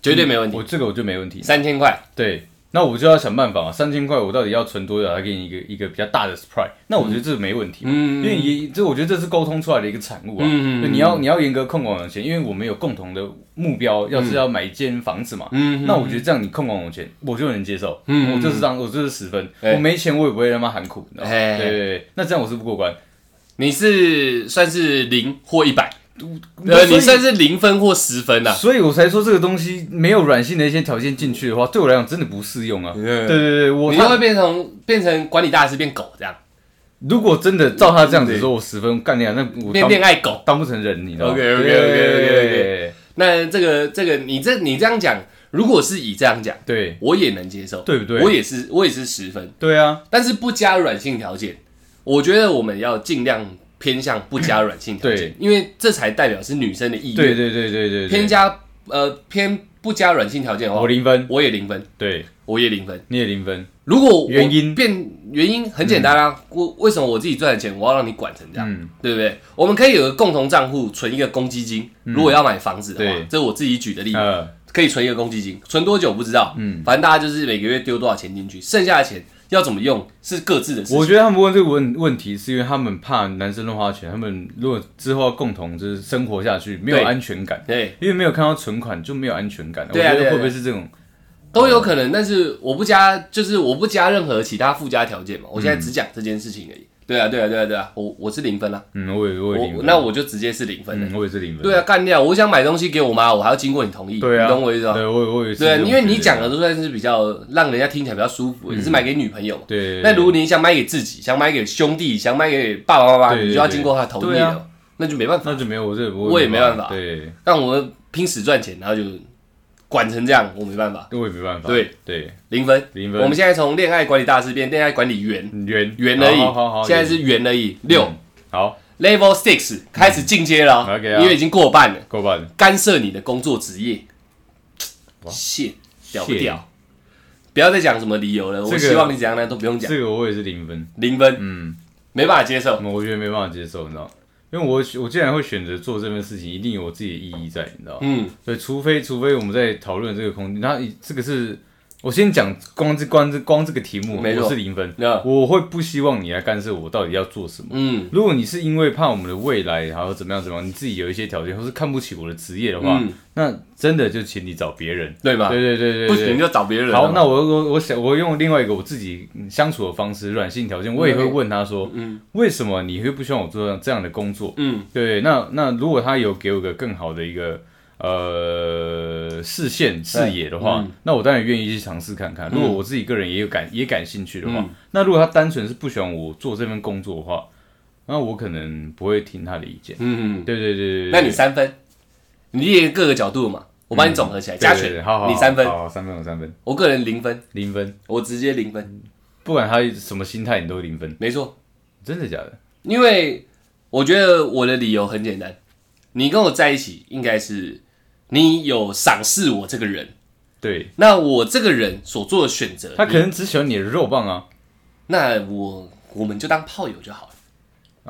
绝对没问题
我，这个我就没问题。
三千块。
对，那我就要想办法，三千块我到底要存多久才给你一个一个比较大的 surprise？那我觉得这没问题嘛，
嗯
因为也这我觉得这是沟通出来的一个产物啊。
嗯
就你要你要严格控管我的钱，因为我们有共同的目标，要是要买一间房子嘛。
嗯
那我觉得这样你控管我的钱，我就能接受。
嗯
我就是这样，我就是十分，
哎
我没钱我也不会他妈喊苦，你知道吗？
哎
对对对，那这样我是不过关。
你是算是零或一百，
那
呃，
所以
你算是零分或十分啊呐、
所以我才说这个东西没有软性的一些条件进去的话，对我来讲真的不适用啊。对对对，
嗯
我
你就会变成变成管理大师变狗这样，
如果真的照他这样子说，我十分干你啊，那我
变
当
恋爱狗。
当不成人，你知道吗
OK，OK，OK，OK，OK 那这个这个你这你这样讲，如果是以这样讲，
对
我也能接受，
对不对
我也是我也是十分，
对啊，
但是不加软性条件，我觉得我们要尽量偏向不加软性条件
对，
因为这才代表是女生的意
对
愿。
对对对对，对
偏加呃偏不加软性条件的话，
我零分，
我也零分，
对，
我也零分。
你也零分，
如果我
原因
变原因很简单啊，我为什么我自己赚的钱我要让你管成这样，
嗯，
对不对？我们可以有个共同账户，存一个公积金。如果要买房子的话
嗯对，
这是我自己举的例子，
呃，
可以存一个公积金，存多久不知道，嗯，反正大家就是每个月丢多少钱进去，剩下的钱要怎么用是各自的事
我
情。
觉得他们问这个问问题，是因为他们怕男生乱花钱，他们如果之后要共同就是生活下去，没有
对
安全感，
对，
因为没有看到存款就没有安全感，我
对
觉
啊
得
对啊
会
对
不会
啊
是这种？
都有可能，但是我不加，就是我不加任何其他附加条件嘛。我现在只讲这件事情而已。对啊，对啊，对啊，对啊，我我是零分啦，
嗯，我也我也零
我
分，
那我就直接是零分了。
嗯，我也是零分，
对啊，干掉！我想买东西给我妈，我还要经过你同意，
对啊，
你懂我意思吗？
对，我也我也是
对啊，
这种觉得，
因为你讲的都算是比较让人家听起来比较舒
嗯
服，你是买给女朋友嘛。
对，
那如果你想买给自己，想买给兄弟，想买给爸爸妈妈，
对对
你就要经过他同意
对啊
了，那就没办法。
那就没有我这
我也没办法
对，
但我们拼死赚钱，然后就管成这样，我没办法，
我也没办法，
对
对，
零分。
零分，
我们现在从恋爱管理大师变恋爱管理员，
圆
圆而已，
好好好，
现在
圆
是圆而已。六、
嗯好
level six 开始进阶了哦、
OK 啊
因为已经过半了，
够半了，
干涉你的工作职业，谢屌不
谢
屌？不要再讲什么理由了，
这
我
个
希望你怎样呢都不用讲，
这个我也是零分，
零分
嗯，
没办法接受。
我觉得没办法接受，你知道。因为我我既然会选择做这份事情，一定有我自己的意义在，你知道吗？
嗯，
对，除非除非我们在讨论这个空间，那这个是我先讲光这光这光这个题目，
没错
我是零分
那，
我会不希望你来干涉我到底要做什么。
嗯
如果你是因为怕我们的未来，然后怎么样怎么样，你自己有一些条件，或是看不起我的职业的话，
嗯
那真的就请你找别人。
对吧？
对对对
不
对
行
对。
就找别人啊。
好，那我我我想我用另外一个我自己嗯相处的方式，软性条件，我也会问他说，
嗯
为什么你会不希望我做这样的工作？
嗯
对，那那如果他有给我个更好的一个呃视线视野的话，
嗯
那我当然愿意去尝试看看。如果我自己个人也有感也感兴趣的话，
嗯
那如果他单纯是不喜欢我做这份工作的话，那我可能不会听他的意见。
嗯，
对对对对对，
那你三分，你列各个角度嘛，我帮你总合起来加
嗯对对对
权
好好，好
你三分，
好好三分我三分，
我个人零分，
零分，
我直接零分，
不管他什么心态，你都是零分，
没错，
真的假的？
因为我觉得我的理由很简单，你跟我在一起应该是你有赏识我这个人，
对
那我这个人所做的选择，
他可能只喜欢你的肉棒啊。
那我我们就当炮友就好了，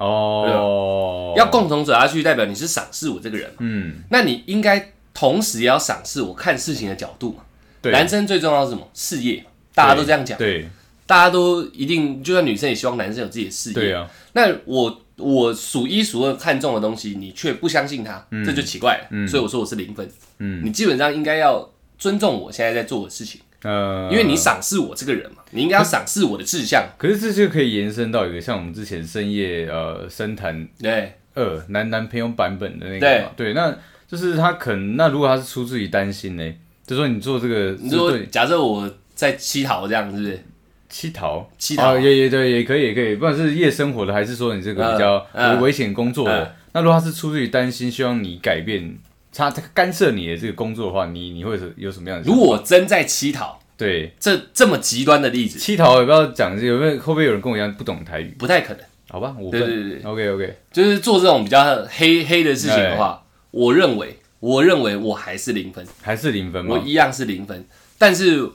哦，
要共同走下去，代表你是赏识我这个人嘛，
嗯，
那你应该同时也要赏识我看事情的角度嘛。
对，
男生最重要是什么？事业，大家都这样讲，
对
大家都一定，就算女生也希望男生有自己的事业。
对啊，
那我我数一数二看中的东西，你却不相信他，这就奇怪了。所以我说我是零分。
嗯
你基本上应该要尊重我现在在做的事情，
呃，
因为你赏识我这个人嘛，你应该要赏识我的志向。
可是这就可以延伸到一个像我们之前深夜呃深谈
对，
二男男朋友版本的那个嘛对，那就是他可能那如果他是出自于担心呢，就说你做这个
你说
对
假设我在乞讨这样，是不是？
乞讨
乞讨
哦也也对也可以也可以，不管是夜生活的还是说你这个比较
嗯嗯
危危险工作的，那如果他是出自于担心，希望你改变他他干涉你的这个工作的话，你你会是有什么样的想
如
法？
果我真在乞讨，
对
这这么极端的例子，
乞讨也不要讲这个，有没有会不会有人跟我一样不懂台语？
不太可能。
好吧，我
对对对对
OK OK，
就是做这种比较黑黑的事情的
哎
话，我认为，我认为我还是零分，
还是零分
我
吗？
一样是零分。但是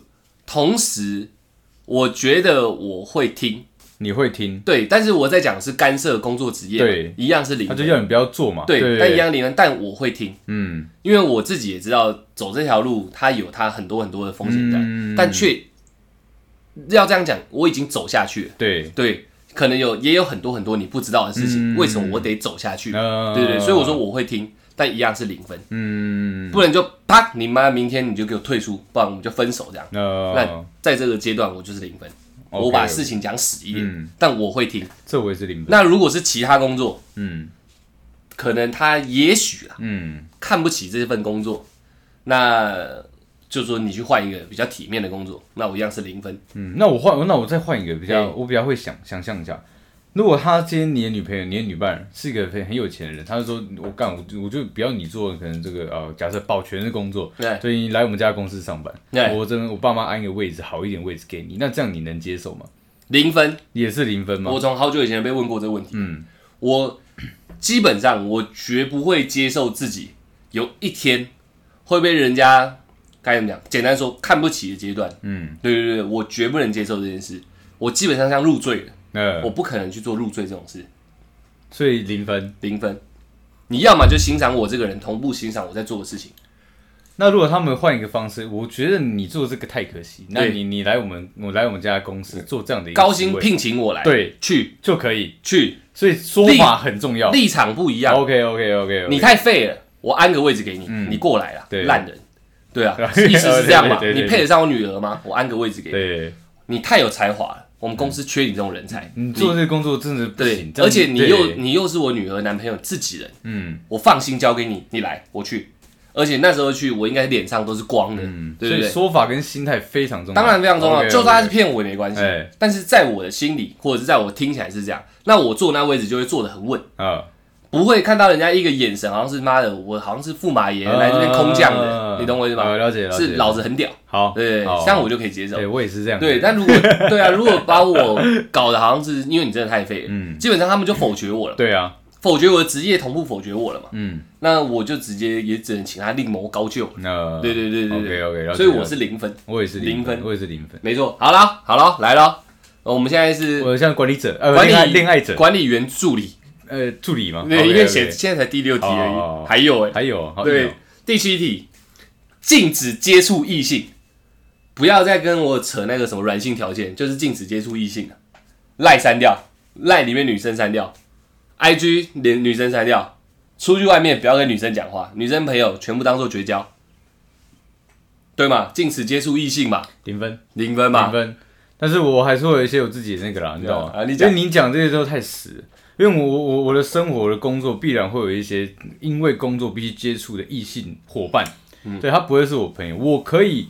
同时，我觉得我会听，
你会听，
对，但是我在讲是干涉工作职业嘛，
对
一样是零
他就
分，
要你不要做嘛。
对，但
对
一，样零分，但我会听，
嗯，
因为我自己也知道走这条路，它有它很多很多的风险在，
嗯
但却要这样讲，我已经走下去了，
对，
对，可能有也有很多很多你不知道的事情，
嗯
为什么我得走下去？
呃
对对，所以我说，我会听，但一样是零分，
嗯，
不然就啪，你妈明天你就给我退出，不然我们就分手这样。
哦
那
那
在这个阶段，我就是零分，我把事，情讲死一点
嗯，
但我会听。
这我也是零分，
那如果是其他工作，
嗯
可能他也许啊
嗯，
看不起这份工作，那就说你去换一个比较体面的工作，那我一样是零分。
嗯，那我换，那我再换一个比较，
哎
我比较会想想象一下，如果他今天你的女朋友、你的女伴是一个很很有钱的人，他就说我干，我我就不要你做，可能这个呃，假设保全的工作，
对
所以你来我们家公司上班
对，
我真的我爸妈安一个位置好一点位置给你，那这样你能接受吗？
零分，
也是零分吗？
我从好久以前被问过这个问题，
嗯，
我基本上我绝不会接受自己有一天会被人家该怎么讲？简单说，看不起的阶段。
嗯，
对对对，我绝不能接受这件事。我基本上像入赘了，
那
我不可能去做入赘这种事。
嗯所以零分。
零分，你要么就欣赏我这个人，同步欣赏我在做的事情。
那如果他们换一个方式，我觉得你做这个太可惜。那
对
你你来我们我来我们家公司做这样的一个
高
职
薪
位
聘请我来，
对
去
就可以，
去，
所以说法很重要。
立场不一样。
OK OK OK，
你太废了，我安个位置给你，你过来了，
嗯对
烂人。对啊，
(laughs) 对
意思是这样嘛？
对对对
你配得上我女儿吗？我安个位置给你。
对，
你太有才华了，我们公司缺你这种人才。
你嗯做这个工作真的不
对
行，，这样
而且你
对
又你又是我女儿男朋友自己人，
嗯，
我放心交给你，你来，我去。而且那时候去，我应该脸上都是光的，对
嗯所
不
以
对？
说法跟心态非常重要，
当然非常重要
OK，OK
就算他是骗我也没关系
哎
但是在我的心里，或者是在我听起来是这样，那我坐那位置就会坐得很稳，
啊，
不会看到人家一个眼神，好像是妈的，我好像是驸马爷来这边空降的
啊，
你懂我意思
啊
吗？
了解了解，
是老子很屌，
好，
对，
好
这样我就可以接受
对。我也是这样，
对，，但如果对啊，如果把我搞得好像是因为你真的太废了，
嗯
基本上他们就否决我了，
对啊，
否决我的职业，同步否决我了嘛，
嗯，
那我就直接也只能请他另谋高就了。
那
对对对对对
OK OK，
所以我是零分，
我也是
零分
我也是零分，
没错。好了，好了，来了，我们现在是
我像管理者，呃，
管理
恋爱恋爱者，
管理员助理，
呃，助理嘛，
对，
OK，
因为
OK
写现在才第六题而
哦
已，还有哎，
还有，好硬
对
哦，
第七题，禁止接触异性，不要再跟我扯那个什么软性条件，就是禁止接触异性了，啊赖删掉，赖里面女生删掉，IG 连女生删掉，出去外面不要跟女生讲话，女生朋友全部当做绝交，对嘛？禁止接触异性嘛，
零分，
零分
零
嘛，
分。但是我还是会有一些我自己的那个啦，你知道吗？
啊你
因
讲
为你讲这些都太死了，因为我我我我的生活我的工作必然会有一些因为工作必须接触的异性伙伴，
嗯
对他不会是我朋友，我可以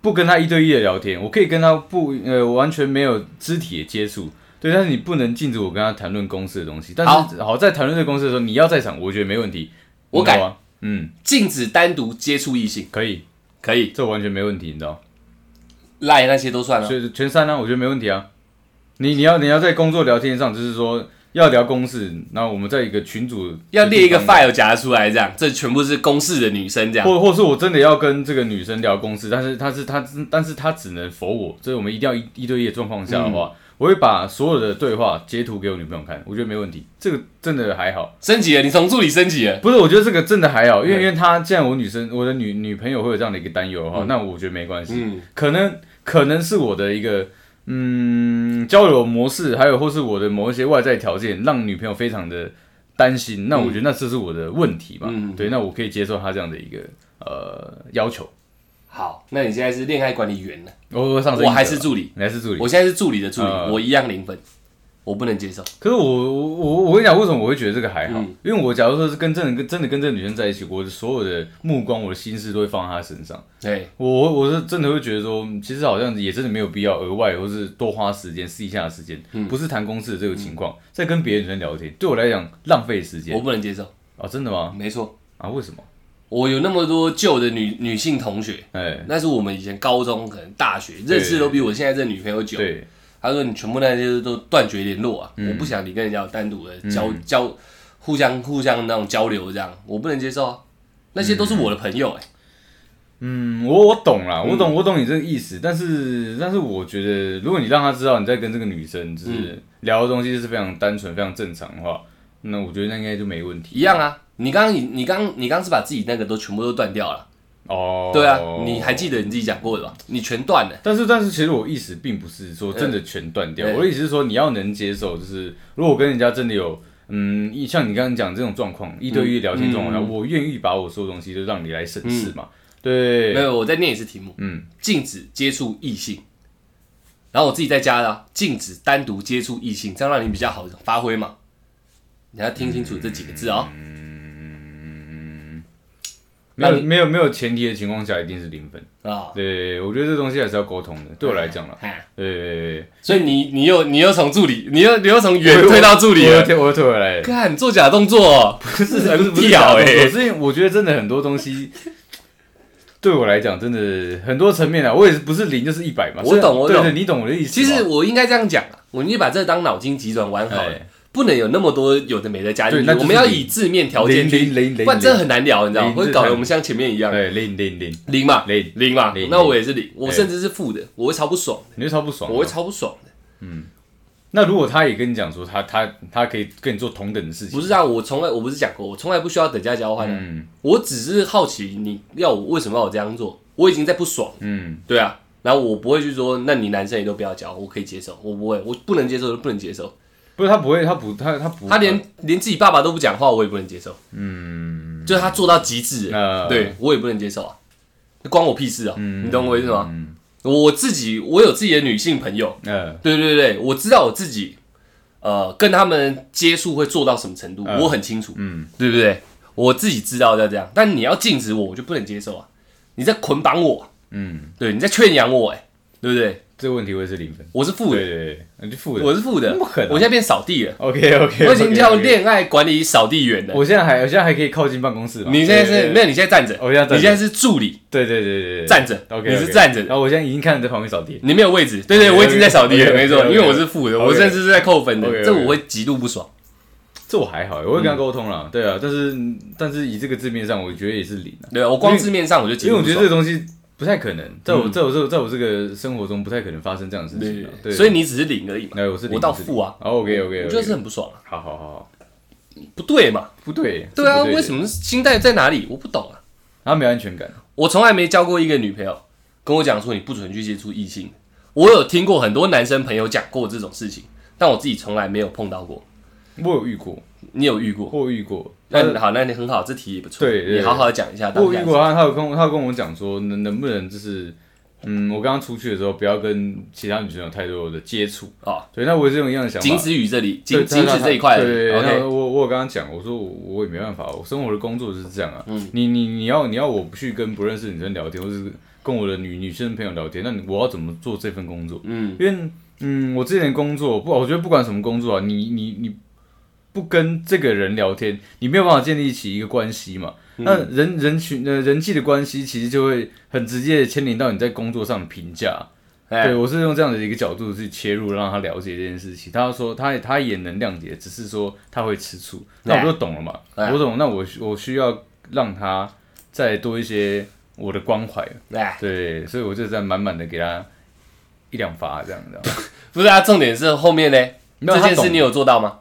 不跟他一对一的聊天，我可以跟他不呃完全没有肢体的接触。对，但是你不能禁止我跟他谈论公司的东西。但是好在谈论这个公司的时候，你要在场，我觉得没问题。
我
你知道
改
吗嗯，
禁止单独接触异性，
可以，
可以，
这完全没问题，你知道吗。
赖那些都算了
所，以全删呢、我觉得没问题啊。你你要你要在工作聊天上，就是说要聊公事，那我们在一个群组
要列一个
的地方
file 夹出来，这样，这全部是公式的女生这样。
或或是我真的要跟这个女生聊公事，但是她是她，但是她只能否我，所以我们一定要一一对一的状况下的话，
嗯
我会把所有的对话截图给我女朋友看，我觉得没问题，这个真的还好。
升级了，你从助理升级了，
不是，我觉得这个真的还好，因为
嗯
因为她既然我女生我的女女朋友会有这样的一个担忧的话，那我觉得没关系，
嗯，
可能可能是我的一个嗯交流模式，还有或是我的某一些外在条件，让女朋友非常的担心。那我觉得那这是我的问题嘛，
嗯
对，那我可以接受她这样的一个呃要求。
好，那你现在是恋爱管理员了，
我我上升一
我还
者
是
吧
助理，
你还是哦助理
我，现在是助理的助理，
呃
我一样零分，我不能接受。
可是我我我我跟你讲，为什么我会觉得这个还好？
嗯
因为我假如说是跟真的跟真的跟这个女生在一起，我的所有的目光、我的心思都会放在她身上。
对，
我我是真的会觉得说，嗯其实好像也真的没有必要额外或是多花时间试一下的时间，
嗯
不是谈公事的这个情况，在跟别的女生聊天，对我来讲浪费时
哎我
间
不能接受，
啊，真的吗？
没错，
啊，为什么？
我有那么多旧的女女性同学，
哎，
那是我们以前高中可能大学认识都比我现在这女朋友久。
对，嗯
他说你全部那些都断绝联络啊，我不想你跟人家有单独的交、交，互相互相那种交流这样，我不能接受啊。那些都是我的朋友哎、
嗯，我我懂啦，我
嗯
懂，我懂你这个意思，但是但是我觉得，如果你让她知道你在跟这个女生
嗯
就是聊的东西是非常单纯、非常正常的话，那我觉得那应该就没问题
一样啊。你刚刚你你刚你刚是把自己那个都全部都断掉了，
哦。
对啊，你还记得你自己讲过的吧？你全断了，
但是，但是，其实我意思并不是说真的全断掉，
对
我的意思是说你要能接受，就是如果我跟人家真的有，嗯，一像你刚刚讲这种状况，一对一聊天状况下，
嗯
我愿意把我所有东西都让你来审视嘛，对，
没有，我再念一次题目，
嗯，
禁止接触异性。然后我自己在家啦，禁止单独接触异性，这样让你比较好发挥嘛。你要听清楚这几个字哦。
没
那
有
你
没有没有前提的情况下，一定是零分。
啊，
对，我觉得这东西还是要沟通的，对我来讲了，
哈
对，
所以你你又你又从助理，你又你又从远退到助理
我又
了。
退我又退回来了，
看做假动作哦，不是很 (laughs) 屌
哎、我
哎。
是我觉得真的很多东西，对我来讲真的很多层面啊，我也是不是零就是一百嘛。
我懂我
对
懂
对，你懂我的意思吗。
其实我应该这样讲啊，我们就把这当脑筋急转弯好了
哎，
不能有那么多有的没的加进
对
去
那，就是
我们要以字面条件
零零
去，
零零，
不然真的很难聊，你知道吗？
零
会搞得我们像前面一样。
对零零零
零嘛，
零，
零嘛
零，
那我也是零，我
对
甚至是负的，我会超不爽，
你就超不爽。啊
我会。超不爽
嗯
的。
那如果他也跟你讲说他他他可以跟你做同等的事情，
不是啊，我从来我不是讲过，我从来不需要等价交换的，
嗯
我只是好奇你要我为什么要我这样做，我已经在不爽了，
嗯，
对啊，然后我不会去说，那你男生也都不要交，我可以接受，我不会，我不能接受就不能接受，
不是他不会，他不他他不
他连连自己爸爸都不讲话，我也不能接受，嗯，就是他做到极致了，
呃
对我也不能接受啊，关我屁事啊，
嗯
你懂我意思吗？我自己我有自己的女性朋友，
呃
对对对，我知道我自己，呃，跟他们接触会做到什么程度，我很清楚，
嗯
对不对？我自己知道要这样，但你要禁止我，我就不能接受啊！你在捆绑我啊，
嗯，
对，你在圈养我、哎，对不对？
这个问题会是零分。
我是负
对
的，
对对，那就负的。
我是负的，
那么狠啊
我现在变扫
(laughs)
地了，
OK OK，
我已经叫，恋爱管理扫地员了。
我现在还我现在还可以靠近办公室嘛。
你现在
对
是
对
没有？你现在站着，
我现在站着
你现在是助理
对对对对对，
站着
OK，
你是站着的
然后我现在已经看着在旁边扫地。
你没有位置，对对，
OK，
我已经在扫地了，
OK，OK，
没错，因
OK，OK，
为我是负的，我
OK，
甚至是在扣分的，
OK，OK
这我会极度不爽。
这我还好，我
嗯
会跟他沟通了，对啊，但是但是以这个字面上，我觉得也是零啊，
对，我光字面上我就极
因
度
为我
不
觉
爽
得这。个东西不太可能，在我
嗯
在我这在我这个生活中不太可能发生这样的事情啊，对，
所以你只是零而已嘛，
哎，我是
我到负啊
，OK OK，
我就是很不爽啊，
好好好，
不对嘛？
不对，
对啊，
这不
为什么心态在哪里？我不懂啊，
他没有安全感？
我从来没交过一个女朋友，跟我讲说你不准去接触异性。我有听过很多男生朋友讲过这种事情，但我自己从来没有碰到过。
我有遇过，
你有遇过？
我有遇过，
那好，那你很好，这题也不错。
呃对对
你好好讲一下。
我
当
有
下
遇过他，他有跟我他有跟我讲说，能能不能就是，嗯，我刚刚出去的时候不要跟其他女生有太多的接触。
哦，
对，那我也是用一样的想法。
仅止于这里，仅
啊对
仅
他
止
他
这一块而已。
对对对，然
OK，
后我我有跟他讲，我说我我也没办法，我生活的工作就是这样啊。
嗯
你你你要你要我不去跟不认识的女生聊天，或是跟我的女女生朋友聊天，那你我要怎么做这份工作？
嗯，
因为嗯，我之前的工作不，我觉得不管什么工作啊，你你你不跟这个人聊天，你没有办法建立起一个关系嘛。
嗯
那人人群呃人际的关系，其实就会很直接的牵连到你在工作上的评价。啊对，
哎，
我是用这样的一个角度去切入，让他了解这件事情。他说他他也能谅解，只是说他会吃醋，那我就懂了嘛。
哎
我懂，那我我需要让他再多一些我的关怀。
哎，
对，所以我就这样满满的给他一两发这样 (laughs) 这样。
不是啊，重点是后面呢，
没有
这
他
件事
懂
你有做到吗？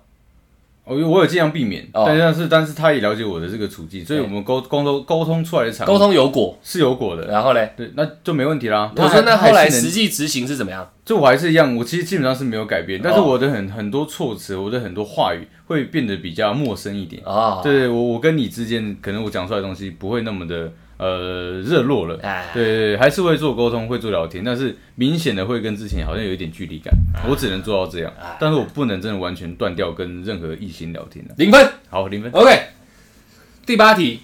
我有哦我有尽量避免，
哦
但但是但是他也了解我的这个处境，所以
对
我们沟沟通沟通出来的产物
沟通有果，
是有果的。
然后嘞，
对，那就没问题啦。
我说那后来
实
实际执行是怎么样？
就我还是一样，我其实基本上是没有改变，但是
哦
我的很很多措辞，我的很多话语会变得比较陌生一点。
哦，
对我我跟你之间，可能我讲出来的东西不会那么的呃热络了。
哎，
对对对，还是会做沟通，会做聊天，但是明显的会跟之前好像有一点距离感。
啊
我只能做到这样，但是我不能真的完全断掉跟任何异性聊天的。
零分
好，零分，
，OK。第八题，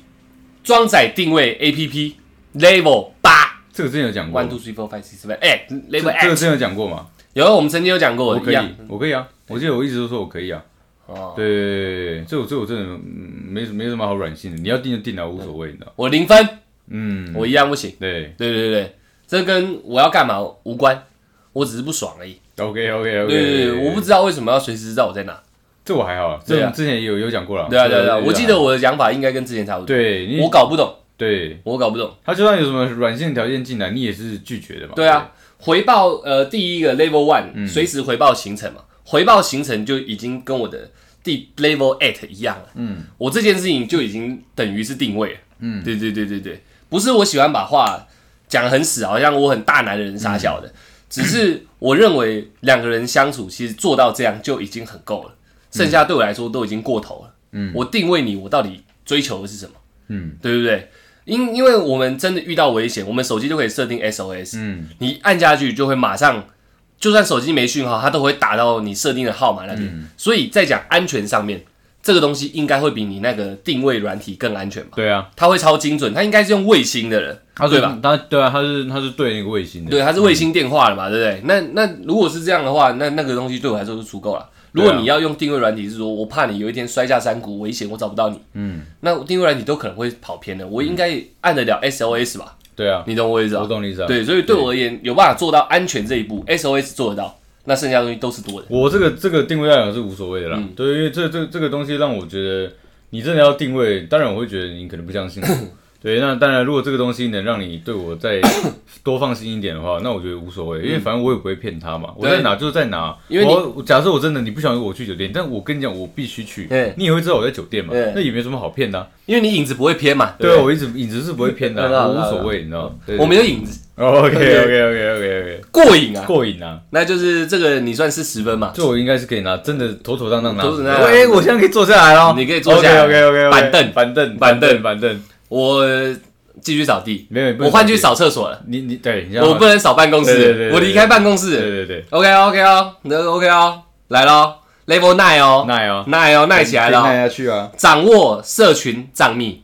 装载定位 APP Level 八
这个之前有讲过
，One
吗，
Two Three Four Five Six Seven Eight
哦
哎
这
Level
这
X，
个之前有讲过吗？
有我们曾经有讲过
我可
一
以
样，，
我可以啊，我记得我一直都说我可以啊。
哦，
对对对，这我这我真的嗯没什没什么好软性的，你要定就定啊，无所谓，你知道。
我零分，
嗯，
我一样不行。
对
对对对对，这跟我要干嘛无关，我只是不爽而已。
，OK OK OK，
对对对，我不知道为什么要随时知道我在哪。
这我还好啊，
对
这
啊
我之前也有有讲过了。
对啊对啊对啊，
有
我记得我的讲法应该跟之前差不多。
对你
我搞不懂，
对
我搞不懂。
他就算有什么软性条件进来，你也是拒绝的嘛。
对嗯啊，回报呃第一个 level one 随时回报行程嘛，回报行程就已经跟我的第 level eight 一样了。嗯，我这件事情就已经等于是定位了。嗯，对对对对对，不是我喜欢把话讲得很死，好像我很大男人傻小的，只是我认为两个人相处其实做到这样就已经很够了，剩
嗯
下对我来说都已经过头了。嗯，我定位你，我到底追求的是什么？
嗯
对不对？因因为我们真的遇到危险，我们手机就可以设定 SOS，
嗯
你按下去就会马上，就算手机没讯号，它都会打到你设定的号码那边。
嗯
所以在讲安全上面，这个东西应该会比你那个定位软体更安全吧？
对啊，
它会超精准，它应该是用卫星的人，
他
对
是
吧？
他对啊，他是他是对那啊个卫星的。
对，它啊是卫星电话了嘛，对不对？那那如果是这样的话，那那个东西对我来说就足够了。如果
对啊
你要用定位软体，是说我怕你有一天摔下山谷危险，我找不到你，
嗯，
那定位软体都可能会跑偏的。我应该按得了 SOS 吧？
对啊，
你懂我意思吧
我？懂你意思啊。
对，所以对我而言，有办法做到安全这一步，SOS 做得到，那剩下的东西都是多的。
我这个这个定位来讲是无所谓的啦，对，因为这这这个东西让我觉得你真的要定位，当然我会觉得你可能不相信我，对，那当然如果这个东西能让你对我再多放心一点的话，那我觉得无所谓，因为反正我也不会骗他嘛，我
对
在哪就是在哪，
因为你
我假设我真的你不想我去酒店，但我跟你讲我必须去
对，
你也会知道我在酒店嘛
对，
那也没什么好骗的啊、
因为你影子不会偏嘛。
对
不
啊，我一直一直是不会骗的
对
啊、
啊
我
对啊
无所谓，你知道吗？对
我没有影子，
OK OK OK OK OK，
过瘾啊。
过瘾啊。
那就是这个，你算是十分嘛？
这我应该是可以拿，真的妥妥当当拿。
妥妥当当
哎、我现在可以坐下来了，
你可以坐下来
OK OK OK，
板凳
板凳，
板凳
板凳。
我继续扫地，
没有，不能
我换去。扫厕所了，
你你对，你这样
我不能扫办公
对对对
室，
对
我离开办公室
对
了。
对对，
OK OK 哦，那 OK 哦，来咯 l e v e l Nine 哦
耐哦，
，Nine 哦，Nine 起来了
耐
哦，
下去啊。
掌握社群账密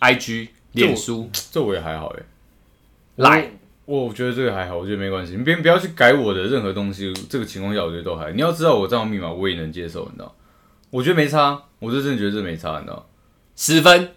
，IG、
这我
脸书、
这我也还好哎，
Line，
我我觉得这个还好，我觉得没关系。你别不要去改我的任何东西，这个情况下我觉得都还好。你要知道我账号密码，我也能接受，你知道？我觉得没差，我就真的觉得这没差，你知道？
十分，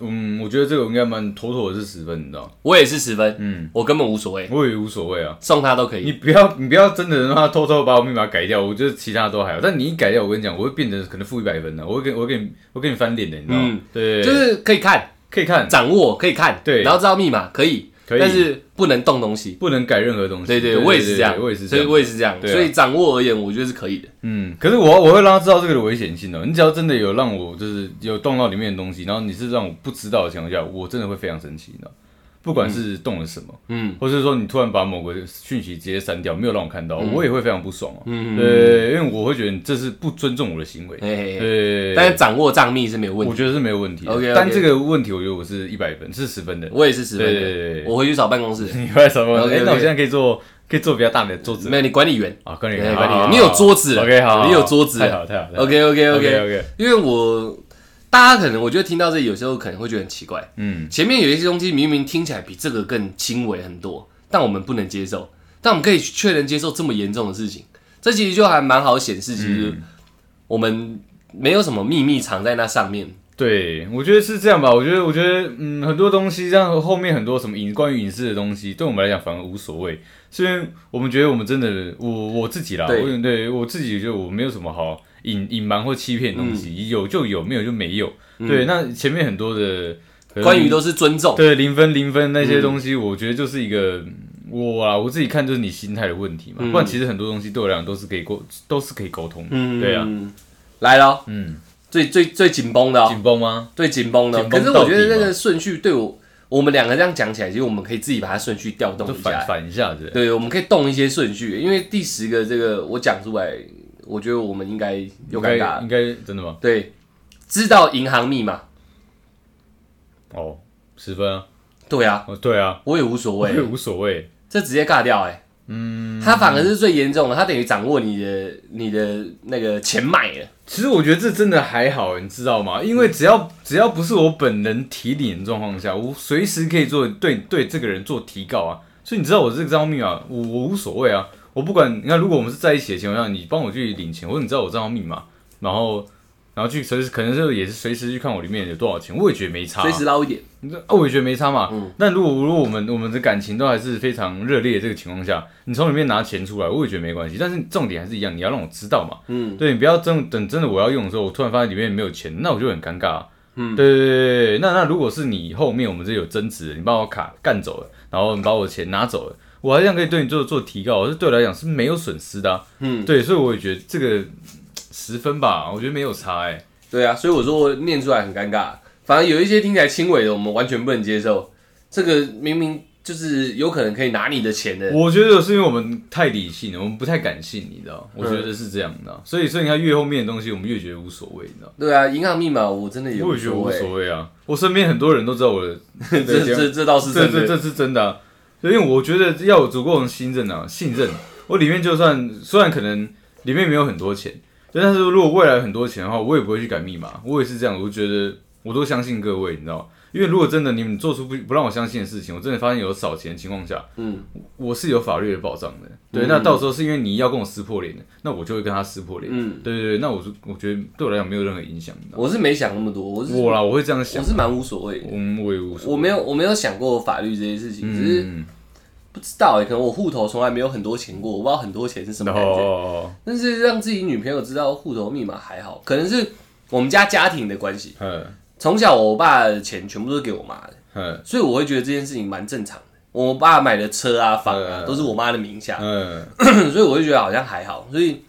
嗯，我觉得这个应该蛮妥妥的是十分，你知道？
我也是十分，
嗯，
我根本无所谓，
我也无所谓啊。
送他都可
你
以。
不要，你不要真的让他偷偷把我密码改掉，我觉得其他都还好。但你一改掉，我跟你讲，我会变成可能负一百分的，我会给我会给你我给你翻脸的，你知道吗？
嗯
对，
就是可以看，
可以看，
掌握可以看，
对
然后知道密码可以，
可以
但是不能动东西。
不能改任何东西。
对对，
对，
我也是这样
对，我也是这
所以
样。
我也是这样，
对啊
所以掌握而言，我觉得是可以的。
嗯，可是我我会让他知道这个的危险性的。你只要真的有让我就是有动到里面的东西，然后你是让我不知道的情况下，我真的会非常生气，你知道吗？不管是动了什么，
嗯，
或是说你突然把某个讯息直接删掉，没有让我看到，我也会非常不爽哦、
嗯
对，因为我会觉得你这是不尊重我的行为，
哎，
对，
但是掌握账密是没有问
我
题，
觉得是没有问题的。
OK，OK
但这个问题我觉得我是一百分，是十分的。
我也是十分
对对对
的，我回去找办公室，
你外什么？哎
OK，OK
那我现在可以做，可以做比较大的桌子
没有你管理员
啊，管理
对
员，
管理员
好
你有桌子了
OK，好，好
你有桌子了
太好，太好太好
，OK OK
OK
OK，
OK，
因为我大家可能我觉得听到这里有时候可能会觉得很奇怪，
嗯，
前面有一些东西明明听起来比这个更轻微很多，但我们不能接受，但我们可以确认接受这么严重的事情，这其实就还蛮好显示，其
嗯
实我们没有什么秘密藏在那上面。
对，我觉得是这样吧。我觉得，我觉得，嗯，很多东西，像后面很多什么影关于影视的东西，对我们来讲反而无所谓，虽然我们觉得我们真的，我我自己啦，
对
我对我自己觉得我没有什么好隐隐瞒或欺骗的东西，
嗯
有就有，没有就没有。对，那前面很多的可能
关于都是尊重，
对零分零分
嗯
那些东西，我觉得就是一个嗯我啊，我自己看就是你心态的问题嘛。
嗯
不然其实很多东西对我来讲都是可以沟，都是可以沟通的。
嗯
对啊，，
来了哦，
嗯，
最最最紧绷的哦，
紧绷吗？
最紧绷的哦。
紧
可
绷
是
到
我觉得
底
那个
嘛
顺序对我，我们两个这样讲起来，其实我们可以自己把它顺序调动
就
一下
反
来。
反一下子。
对，我们可以动一些顺序，因为第十个这个我讲出来，我觉得我们应该有
应
尴
该
尬了
应。该真的吗？
对，知道银行密码，
哦，十分啊，
对啊，
哦，对啊，
我也无所
我也
谓，
无所谓。
这直接尬掉哎、嗯，他反而是最严重的，他等于掌握你的你的那个钱脉了。
其实我觉得这真的还好，你知道吗？因为只要只要不是我本人提领的状况下，我随时可以做对对这个人做提告啊。所以你知道我这个账号密码，我我无所谓啊，我不管。你看，如果我们是在一起的情况下，你帮我去领钱，或者你知道我账号密码，然后然后去随时可能是也是随时去看我里面有多少钱，我也觉得没差、啊
随。时捞一点，
你这啊，我也觉得没差嘛。
嗯
那如果如果我们我们的感情都还是非常热烈的这个情况下，你从里面拿钱出来，我也觉得没关系。但是重点还是一样，你要让我知道嘛。
嗯，
对你不要真等真的我要用的时候，我突然发现里面没有钱，那我就很尴尬、啊。嗯，对对对对那那如果是你后面我们这有争执，你把我卡干走了，然后你把我钱拿走了，我还这样可以对你做做提高，这对我来讲是没有损失的、啊。
嗯，
对，所以我也觉得这个十分吧，我觉得没有差哎、
对啊，所以我说我念出来很尴尬。反而有一些听起来轻微的，我们完全不能接受。这个明明就是有可能可以拿你的钱的，
我觉得是因为我们太理性了，我们不太感性，你知道？我觉得是这样的啊、所以所以你看越后面的东西，我们越觉得无所谓，你知道？
对啊，银行密码我真的也
我
无
也觉得无
所
所
谓，
谓啊，我身边很多人都知道我的，
(laughs) 这这这倒是
这
真
这
的。
这是真的、啊，因为我觉得要有足够的信任啊，信任。我里面就算虽然可能里面没有很多钱，但是如果未来有很多钱的话，我也不会去改密码。我也是这样，我觉得我都相信各位，你知道吗？因为如果真的你们做出不不让我相信的事情，我真的发现有少钱的情况下，
嗯，
我是有法律的保障的。对，那到时候是因为你要跟我撕破脸的，那我就会跟他撕破脸。
嗯，
对对对，那我就我觉得对我来讲没有任何影响。你知道吗
我是没想那么多，我是
我啦，我会这样
我
想，
是蛮无所谓的。
嗯，我也无所谓。
我没有我没有想过法律这些事情，只是
嗯，
不知道、欸、可能我户头从来没有很多钱过，我不知道很多钱是什么
然
感觉。
后，
但是让自己女朋友知道户头密码还好，可能是我们家家庭的关系。
嗯。
从小我爸的钱全部都是给我妈的，
嗯
所以我会觉得这件事情蛮正常的。我爸买的车啊、房啊
嗯
都是我妈的名下，
嗯，
(clears throat) 所以我就觉得好像还好。所以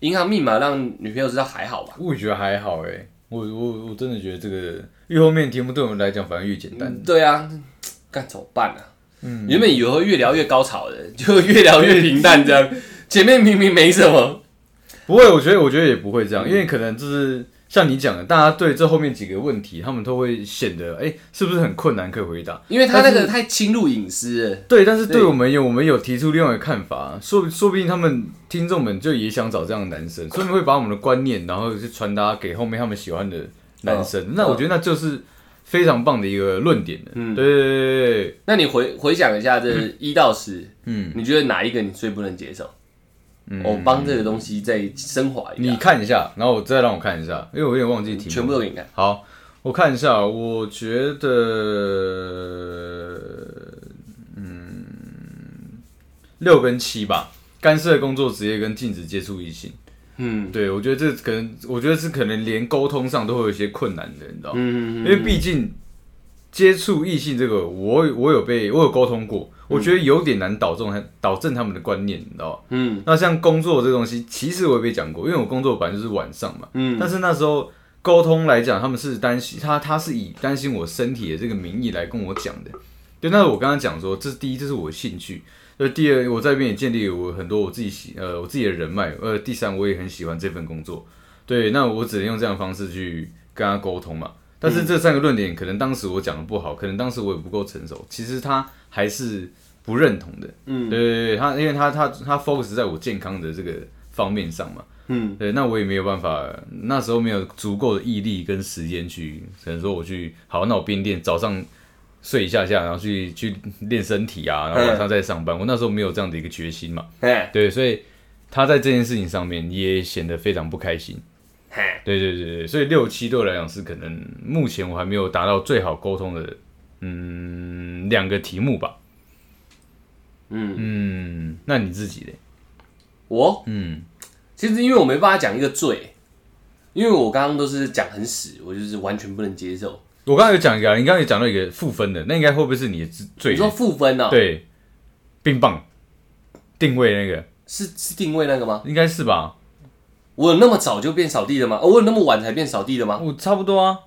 银行密码让女朋友知道还好吧？
我也觉得还好哎、我我我真的觉得这个越后面的题目对我们来讲反而越简单，
对啊，干怎么办啊？嗯，原本以为会越聊越高潮的，就越聊越平淡，
(laughs)
这样前面明明没什么。
不会，我觉得我觉得也不会
嗯
这样，因为可能就是像你讲的，大家对这后面几个问题，他们都会显得哎、是不是很困难可以回答？
因为他那
但是
个太侵入隐私了，
对，但是对
对
我们有我们有提出另外一个看法，说说不定他们听众们就也想找这样的男生，所以会把我们的观念，然后去传达给后面他们喜欢的男
哦
生。那我觉得那就是非常棒的一个论点了。
嗯
对对对对对，
那你回回想一下
(laughs)
这一到十，
嗯。
你觉得哪一个你最不能接受？我帮这个东西再升华一
你
下，
看一下，然后我再让我看一下，因为我有点忘记题目。
全部都给你看。
好，我看一下，我觉得，嗯，六跟七吧，干涉工作职业跟禁止接触异性。
嗯
对，我觉得这可能，我觉得是可能连沟通上都会有一些困难的，你知道吗？
嗯
因为毕竟接触异性这个，我有我有被我有沟通过，我觉得有点难导正导正他们的观念，你知道吗？
嗯
那像工作这个东西，其实我也被讲过，因为我工作本来就是晚上嘛。
嗯
但是那时候沟通来讲，他们是担心他他是以担心我身体的这个名义来跟我讲的。对，那我刚刚讲说，这是第一，这是我的兴趣；那第二，我在这边也建立了我很多我自己喜呃我自己的人脉；呃，第三，我也很喜欢这份工作。对，那我只能用这样的方式去跟他沟通嘛。但是这三个论点，可能当时我讲的不好，可能当时我也不够成熟，其实他还是不认同的。嗯，对对对，他因为他他他 focus 在我健康的这个方面上嘛。
嗯，
对，那我也没有办法，那时候没有足够的毅力跟时间去，可能说我去好，那我边练早上睡一下下，然后去去练身体啊，然后晚上再上班。我那时候没有这样的一个决心嘛，
嘿，
对，所以他在这件事情上面也显得非常不开心。
嘿，
对对对对，所以六七对我来讲是可能目前我还没有达到最好沟通的，嗯，两个题目吧。
嗯
嗯，那你自己嘞？
我
嗯，
其实因为我没办法讲一个最，因为我刚刚都是讲很死，我就是完全不能接受。
我刚刚有讲一个啊，你刚刚有讲到一个负分的，那应该会不会是你的最
你说负分呢、，
对，冰棒定位那个
是是定位那个吗？
应该是吧？
我有那么早就变扫地的吗？哦我有那么晚才变扫地的吗？
我差不多啊，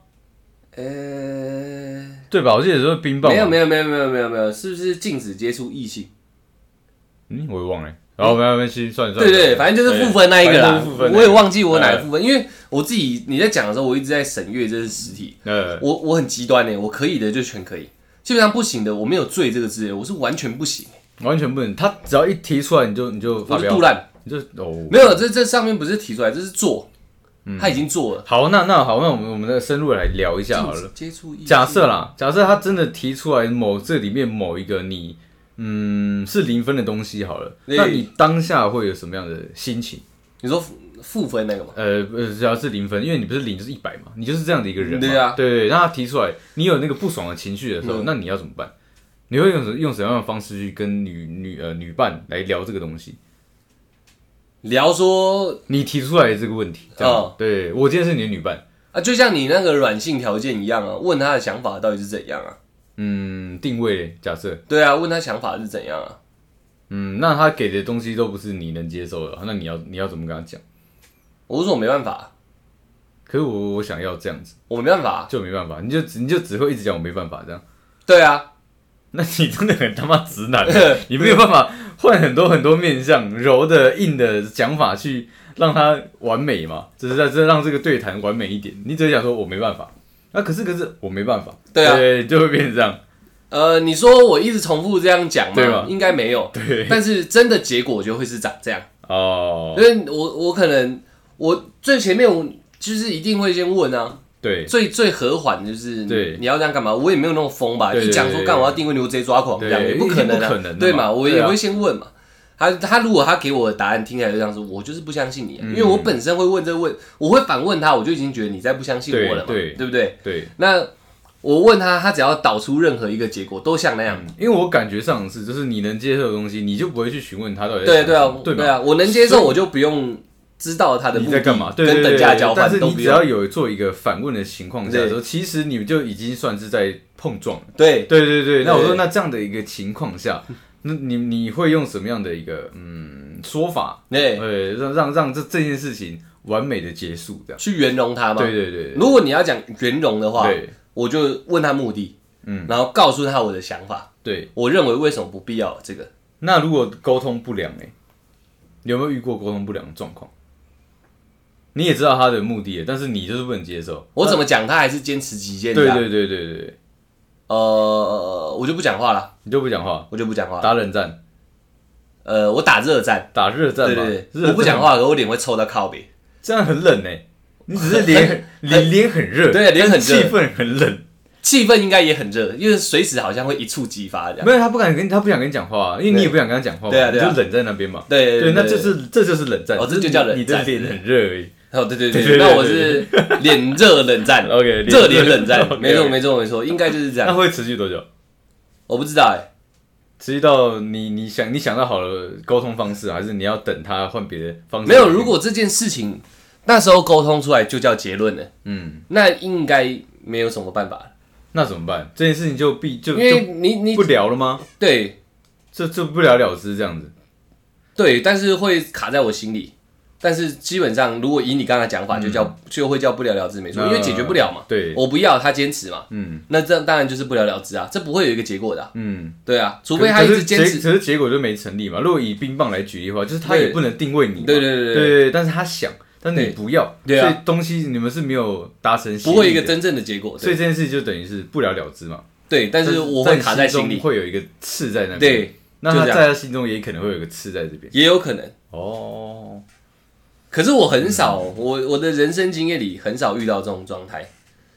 呃，
对吧？我记得说冰棒，
没有没
有，
有没有没有没有没有，是不是禁止接触异性？
嗯，我也忘了。然后没有关系，算了算
对
了。
对，反正就是负分那一个
反正
啦
就是负分。那一
我
个
也忘记我哪个负分，因为我自己你在讲的时候，我一直在审阅这是实体。
呃，
我我很极端呢、我可以的就全可以，基本上不行的我没有罪这个字、欸，我是完全不行、
完全不能，他只要一提出来，你就你就发
我是
飙
杜，烂。
你就哦。
没有，这这上面不是提出来，这是做，
嗯
他已经做了。
好，那那好，那我们我们再深入来聊一下好
禁止
了。
接触异性
假设，啦，假设他真的提出来某这里面某一个你嗯是零分的东西好了，
对
那你当下会有什么样的心情？
你说负负分那个吗？
呃，呃，只要是零分，因为你不是零就是一百嘛，你就是这样的一个人嘛。
对啊嗯
对对，那他提出来，你有那个不爽的情绪的时候，那你要怎么办？你会用什用什么样的方式去跟女女呃女伴来聊这个东西？
聊说
你提出来的这个问题，这样、
哦
对我今天是你的女伴，
啊，就像你那个软性条件一样啊，问他的想法到底是怎样啊？
嗯，定位假设，
对啊，问他想法是怎样啊？
嗯，那他给的东西都不是你能接受的，那你要你要怎么跟他讲？
我就说我没办法啊，
可是我我想要这样子，
我没办法啊。
就没办法，你就只你就只会一直讲我没办法这样。 (laughs)
对啊，
那你真的很他妈直男，啊
(laughs)
你没有办法换很多很多面向，柔的、硬的讲法去让它完美嘛？只是在这让这个对谈完美一点。你只是想说我没办法，那、可是可是我没办法，
对啊
就会变成
(laughs)
这样。
呃，你说我一直重复这样讲
对吧
吗？应该没有，
对，
但是真的结果就会是长这样。
哦
因，为我我可能我最前面我就是一定会先问啊，
对，
最最和缓的就是你
对
你要这样干嘛？我也没有那种疯吧，
对对
一讲说
对
干我要定位你，我直接抓狂
对
这样也不可能
一定不可能的
啊
嘛，
对嘛？我
对
也
啊
会先问嘛。他他如果他给我的答案听起来就这样说，我就是不相信你、啊，
嗯
因为我本身会问这个问，我会反问他，我就已经觉得你在不相信我了嘛，
对对
对不对？
对，
那我问他，他只要导出任何一个结果都像那样，
因为我感觉上是，就是你能接受的东西，你就不会去询问他到底在
对
想
对
什
啊
么，对
对
吧？
啊，我能接受，我就不用知道他的
你
目
在
的
干嘛？对对
跟
对
等价交
但是
换都
你
不
只
用
要，有做一个反问的情况下的时候，其实你就已经算是在碰撞了。
对
对对对，那我说
对
那这样的一个情况下，那你你会用什么样的一个嗯说法，
对，
呃，让让让这这件事情完美的结束这样？
去圆融他嘛。
对对对对
如果啊你要讲圆融的话，
对
我就问他目的，嗯，然后告诉他我的想法，
对。
我认为为什么不必要这个。
那如果沟通不良哎、你有没有遇过沟通不良的状况？你也知道他的目的了，欸但是你就是不能接受。
我怎
么？
么讲，他还是坚持己见
对
的啊。
对对对对对，
呃，我就不讲话了，
你就不讲话，
我就不讲话了。
打冷战，
呃，我打热战，
打热战
对
嘛，
对
热
对，
战
我不讲，话，可我脸会臭到靠北。
这样很冷哎、你只是 (laughs) 脸脸脸很热，
对脸很热
但气氛很冷。
气氛应该也很热，因为随时好像会一触即发这样。
啊没有，他不敢跟他不想跟你讲话、啊，因为你也不想跟他讲话嘛，
对啊
你
对啊
就冷在那边嘛。
对对
对，那这是这就是冷战，
哦这
只是
就叫
你
冷
你的
战
脸很热而已。
哦，对对
对
对，
对对
那我是 (laughs) 脸热冷战
(laughs) OK，脸
热脸冷战，
(laughs) OK，
没错
OK
没错没错，应该就是这
那
样。
会持续多久？
我不知道哎，
持续到你你想你想到好了沟通方式，还是你要等他换别的方式？
没有。如果这件事情那时候沟通出来就叫结论了，
嗯，
那应该没有什么办法了，
那怎么办？这件事情就必就
因为
就
你你
不聊了吗？
对
这这不了了之这样子。
对，但是会卡在我心里。但是基本上，如果以你刚才讲法，就叫、就会叫不了了之，没错，因为解决不了嘛。
嗯对
我不要，他坚持嘛，
嗯
那这当然就是不了了之啊，这不会有一个结果的啊、
嗯，
对啊，除
除
非他一直坚持。
可是结果就没成立嘛。如果以冰棒来举例的话，就是他也
对
不能定位你嘛，
对对对对
对但是他想，但是你
对
不要，
对啊
所以东西你们是没有达成协
不
议的，
会有一个真正的结果，
所
对
以这件事就等于是不了了之嘛。
对，但是我会
但
卡在心
中
里，
会有一个刺在那边。，
对，
那
就
他
这样
在他心中也可能会有一个刺在这边。
也有可能。
哦，
可是我很少，
嗯
我我的人生经验里很少遇到这种状态，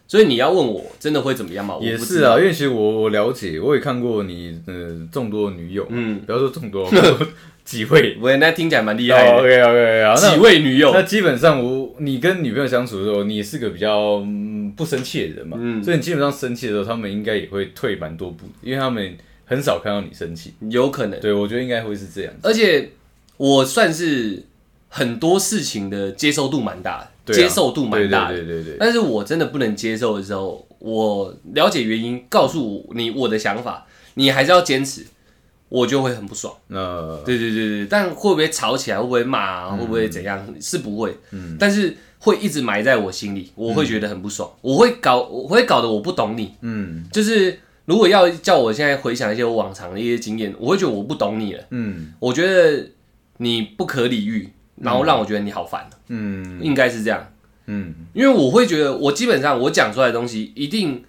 所以你要问我真的会怎么样吗？我
也
不
是
知道
啊，，因为其实我我了解，我也看过你呃众多女友，
嗯，
不要说众多， (laughs) 几位。
我那听起来蛮厉害
哦
的，
OK OK 啊，
几
那
位女友
那，基本上我你跟女朋友相处的时候，你是个比较、嗯不生气的人嘛，
嗯
所以你基本上生气的时候，他们应该也会退蛮多步，因为他们很少看到你生气。
有可能，
对，我觉得应该会是这样。
而且我算是很多事情的接受度蛮大的，
对啊
接受度蛮大的，
对对对对对，
但是我真的不能接受的时候，我了解原因，告诉我你我的想法，你还是要坚持，我就会很不爽。
那
对对对对，但会不会吵起来？会不会骂啊？
嗯
会不会怎样？是不会，但是会一直埋在我心里，我会觉得很不爽，我会搞，我会搞得我不懂你。
嗯
就是如果要叫我现在回想一些我往常的一些经验，我会觉得我不懂你了，
嗯
我觉得你不可理喻，然后让我觉得你好烦，
嗯
应该是这样。
嗯
因为我会觉得，我基本上我讲出来的东西一定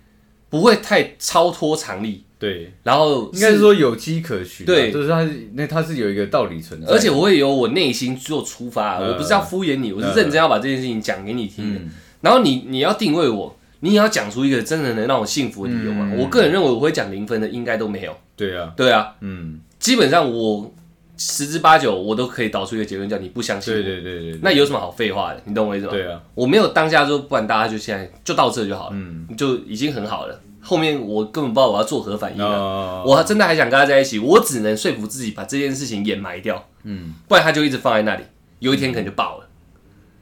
不会太超脱常理，
对，
然后
应该是，说有机可循啊，
对
就是它是那它是有一个道理存在的，
而且我会由我内心做出发，
呃
我不是要敷衍你，我是
呃
认真要把这件事情讲给你听的。
嗯
然后你你要定位我，你也要讲出一个真的能让我幸福的理由嘛。
嗯
我个人认为我会讲零分的，应该都没有。
对啊，
对啊，
嗯，
基本上我十之八九我都可以导出一个结论，叫你不相信我。
对对对对，对
那有什么好废话的？你懂我意思吗？
对啊，
我没有当下说，不然大家就现在就到这就好了，
嗯
就已经很好了。后面我根本不知道我要做何反应了。
啊，
我真的还想跟他在一起，我只能说服自己把这件事情掩埋掉，
嗯，
不然他就一直放在那里，有一天可能就爆了。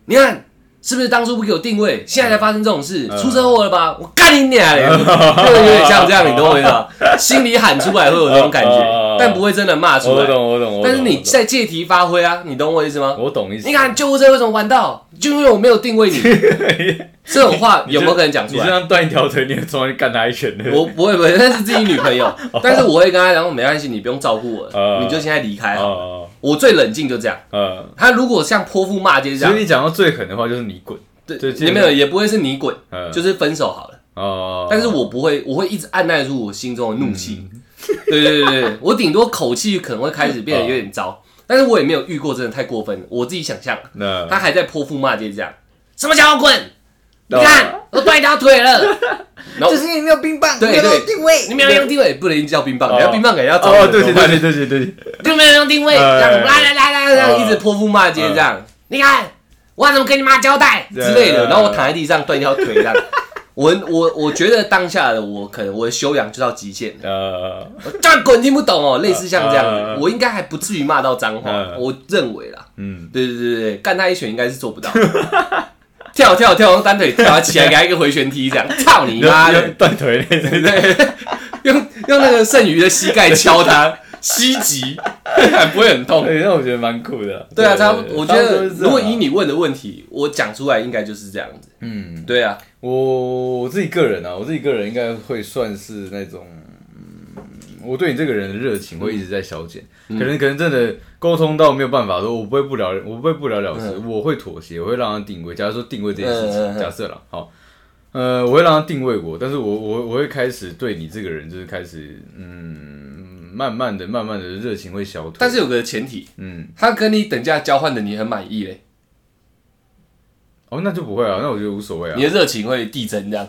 你看是不是当初不给我定位，现在才发生这种事，
嗯
出车祸了吧？我干你
(laughs)
娘嘞！就有点像这样，你懂我意思吗？心里喊出来会有这种感
嗯嗯
觉
嗯，
但不会真的骂出
我
来。
懂我懂，我懂
但是你
我懂
在借题发挥啊，你懂我意思吗？
我懂意思，
你看救护车为什么晚到？就因为我没有定位
(laughs)
你。这种话有没有可能讲出
你这
来？
样断一条腿，你也冲去干他一拳
(laughs)
的。
我不会不会，那是自己女朋
(laughs)
友，但是我会跟她讲，没关系，你不用照顾我了，
呃
你就现在离开好了。
呃
我最冷静就这样。
呃，
她如果像泼妇骂街这
所以
样，
你讲到最狠的话就是你滚，
对
就，基本
也没有也不会是你滚，
呃，
就是分手好了。
哦，
但是我不会，我会一直按耐住我心中的怒气。
嗯
(laughs) 对对对对，我顶多口气可能会开始变得有点糟，
嗯
但是我也没有遇过真的太过分，我自己想象。
那
他还在泼妇骂街，这样什么叫我滚？
哦
你看我断一条腿了，然后
是因为没有冰棒，
对
没有
对
定位，
你没有
(laughs)
用定位，不能叫冰棒，
哦
你要冰棒给人家走，
哦，对对
怎么办
对对对对对，
就没有用定位，
哎
这样来来来来这样
哦
一直泼妇骂街这样，你看我怎么跟你妈交代之类的，
对
然后我躺在地上断一条腿
(laughs)
这样。我我我觉得当下的我可能我的修养就到极限了，
呃，
我叫滚听不懂哦，类似像这样
嗯嗯
子
嗯，
我应该还不至于骂到脏话，
嗯
我认为啦，
嗯，
对对对对，干他一拳应该是做不到。跳跳跳，用单腿跳起来，给他一个回旋
(laughs)
踢，这样，操你妈的！
断腿那种，
对， (laughs) 用用那个剩余的膝盖敲
(laughs)
他，膝击，还不会很痛。
对，那我觉得蛮酷的。
对啊，差不
对
我觉得
差不多是这样啊
如果以你问的问题，我讲出来应该就是这样子。
嗯，
对啊，
我我自己个人啊，我自己个人应该会算是那种，嗯我对你这个人的热情会一直在消减，
嗯
可能可能真的沟通到没有办法说，我不会不了，我不会不了了之，我会妥协，我会让他定位。假如说定位这件事情，
嗯嗯嗯嗯
假设了，好，呃，我会让他定位我，但是我我我会开始对你这个人就是开始，嗯，慢慢的、慢慢的热情会消退，
但是有个前提，
嗯，
他跟你等价交换的你很满意嘞，
哦，那就不会啊，那我觉得无所谓啊
你，的热情会递增这样。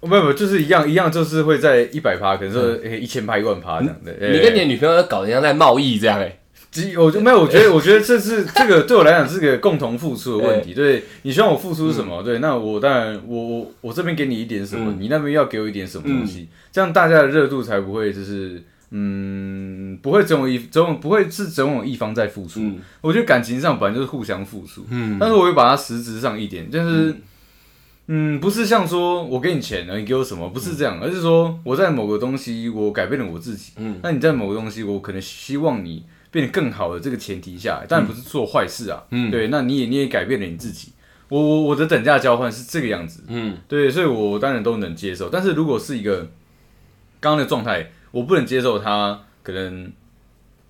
哦没有没有，就是一样一样，就是会在一百趴，可能说哎诶一千趴、一万趴这样的。
嗯你跟你的女朋友搞得像在贸易这样哎，
你，我就没有，我觉得我觉得这是这个对我来讲是个共同付出的问
(laughs)
题。对你希望我付出什么？对，那我当然我我我这边给你一点什么，
嗯
你那边要给我一点什么东西，这样大家的热度才不会就是嗯，不会总有一总有不会是总有一方在付出。
嗯
我觉得感情上本来就是互相付出，
嗯
但是我会把它实质上一点，就是，嗯不是像说我给你钱了，你给我什么，不是这样，而是说我在某个东西我改变了我自己，
嗯
那你在某个东西我可能希望你变得更好的这个前提下，当然不是做坏事啊。嗯，对，那你也你也改变了你自己。我我我的等价交换是这个样子，
嗯，
对，所以我当然都能接受。但是如果是一个刚刚的状态，我不能接受他可能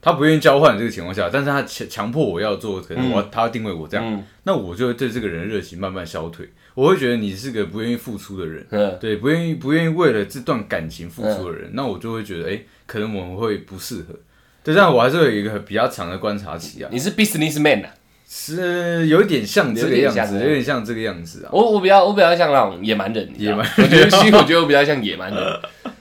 他不愿意交换的这个情况下，但是他强强迫我要做，可能我要、他要定位我这样，
嗯
那我就会对这个人的热情慢慢消退。我会觉得你是个不愿意付出的人，
嗯
对，不愿意不愿意为了这段感情付出的人，那我就会觉得，哎、可能我们会不适合。对，但我还是有一个比较长的观察期啊，
你是 business man 啊，
是有一点像这个
有
样
点像哦
子，有点像这个样子啊。
我我比较我比较像那种野蛮人，野蛮，我觉得其实我觉得我比较像野蛮
(laughs)
人。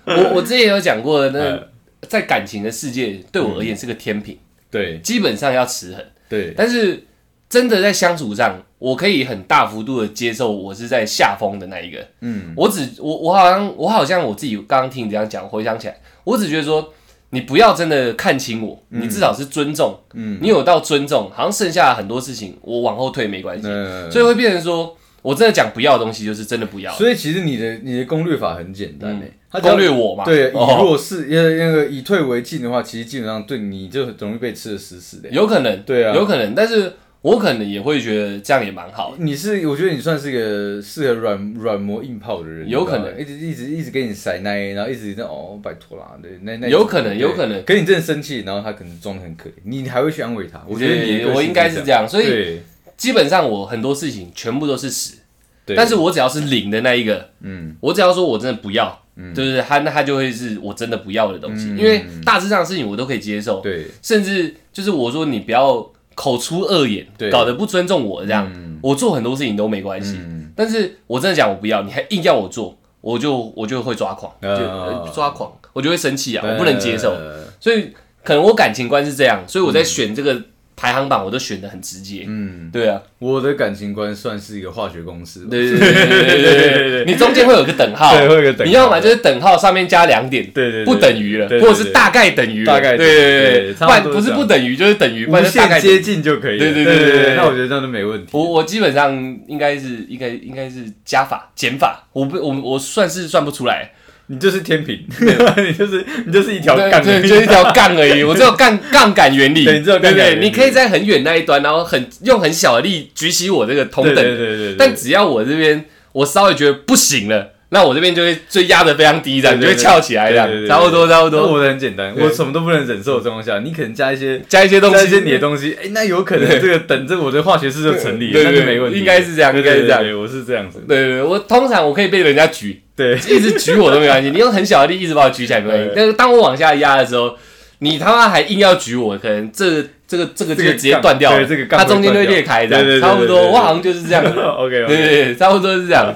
我我之前有讲过，那
嗯
在感情的世界对我而言是个天平，
对
基本上要持衡。
对，
但是真的在相处上，我可以很大幅度的接受我是在下风的那一个。
嗯，
我只我我好像我好像我自己刚刚听你这样讲，回想起来，我只觉得说你不要真的看清我，你至少是尊重，
嗯，
你有到尊重，好像剩下很多事情我往后退没关系，
呃，
所以会变成说我真的讲不要的东西就是真的不要，
所以其实你的你的攻略法很简单诶、他只要
嗯攻略我嘛，
对，以
哦，
弱势，呃，那个以退为进的话，其实基本上对你就很容易被吃的死死的欸。
有可能，
对啊
有可能，但是我可能也会觉得这样也蛮好的，
你是，我觉得你算是一个适合软软磨硬泡的人，
有可能
你知道吗一直一直一直给你塞奶，然后一直在哦，拜托啦，对，那那
有可能
对
有可能
可你真的生气，然后他可能装的很可怜，你还会去安慰他。我觉得你的
对
个性
我应该是这样，所以
对
基本上我很多事情全部都是死，
对，
但是我只要是零的那一个，
嗯
我只要说我真的不要，就是他那他就会是我真的不要的东西，
嗯
因为大致上的事情我都可以接受，
对
甚至就是我说你不要口出恶言，
对
搞得不尊重我这样，
嗯
我做很多事情都没关系，
嗯
但是我真的讲我不要，你还硬要我做，我就我就会抓狂，就、
啊
呃抓狂，我就会生气啊，我不能接受，
呃
所以可能我感情观是这样，所以我在选这个排行榜我都选的很直接，
嗯，
对啊，
我的感情观算是一个化学公式吧，
对对对对对对对对，你中间会有个等号，
对会有个等号
你要么就是等号上面加两点，
对对对
不等于了，
对对
或者是大概等于了，
大概
对对
对
对对，
差
不
不多
然不
这
是
样
不等于就是等于，不
无
然就是大
限
概等于
接近就可以了。
对对对
对
对对对
那我觉得这样都没问题。
我我基本上应该是应该应该是加法减法，我不我我算是算不出来，
你就是天平， (laughs) 你就是你就是一条杠而
对，
已，
就是一条杠而已，我只有杠杠杆原理，
对你只有杠杆
对
原理
你可以在很远那一端，然后很用很小的力举起我这个同
对
等
对对
的，
对对，
但只要我这边我稍微觉得不行了，那我这边就会就压得非常低，这样
对
就
对
会翘起来，这
对对
样
对
差不多差不
那
多，
我的很简单，
对
我什么都不能忍受的状况下，你可能加一些
加一些东
加
西，
一些你的东西，哎、那有可能这个等这我的化学式就成立了，
对
那
对
就没问题，
应该是这样
对对
应该是这样
对对我是这样子，
对对对，我通常我可以被人家举，
(laughs) 对
一直举我都没关系，你用很小的力一直把我举起来没关系
对。
但是当我往下压的时候，你他妈还硬要举我，可能这这个这个就
这个
直接
杠
断掉了，
对这个杠
它中间就
会断
会
掉
裂开这
对对对
样，差不
对对
多。
对
我好像就是这样，
(laughs)
对
，OK
对
OK，
对，差不多是这样。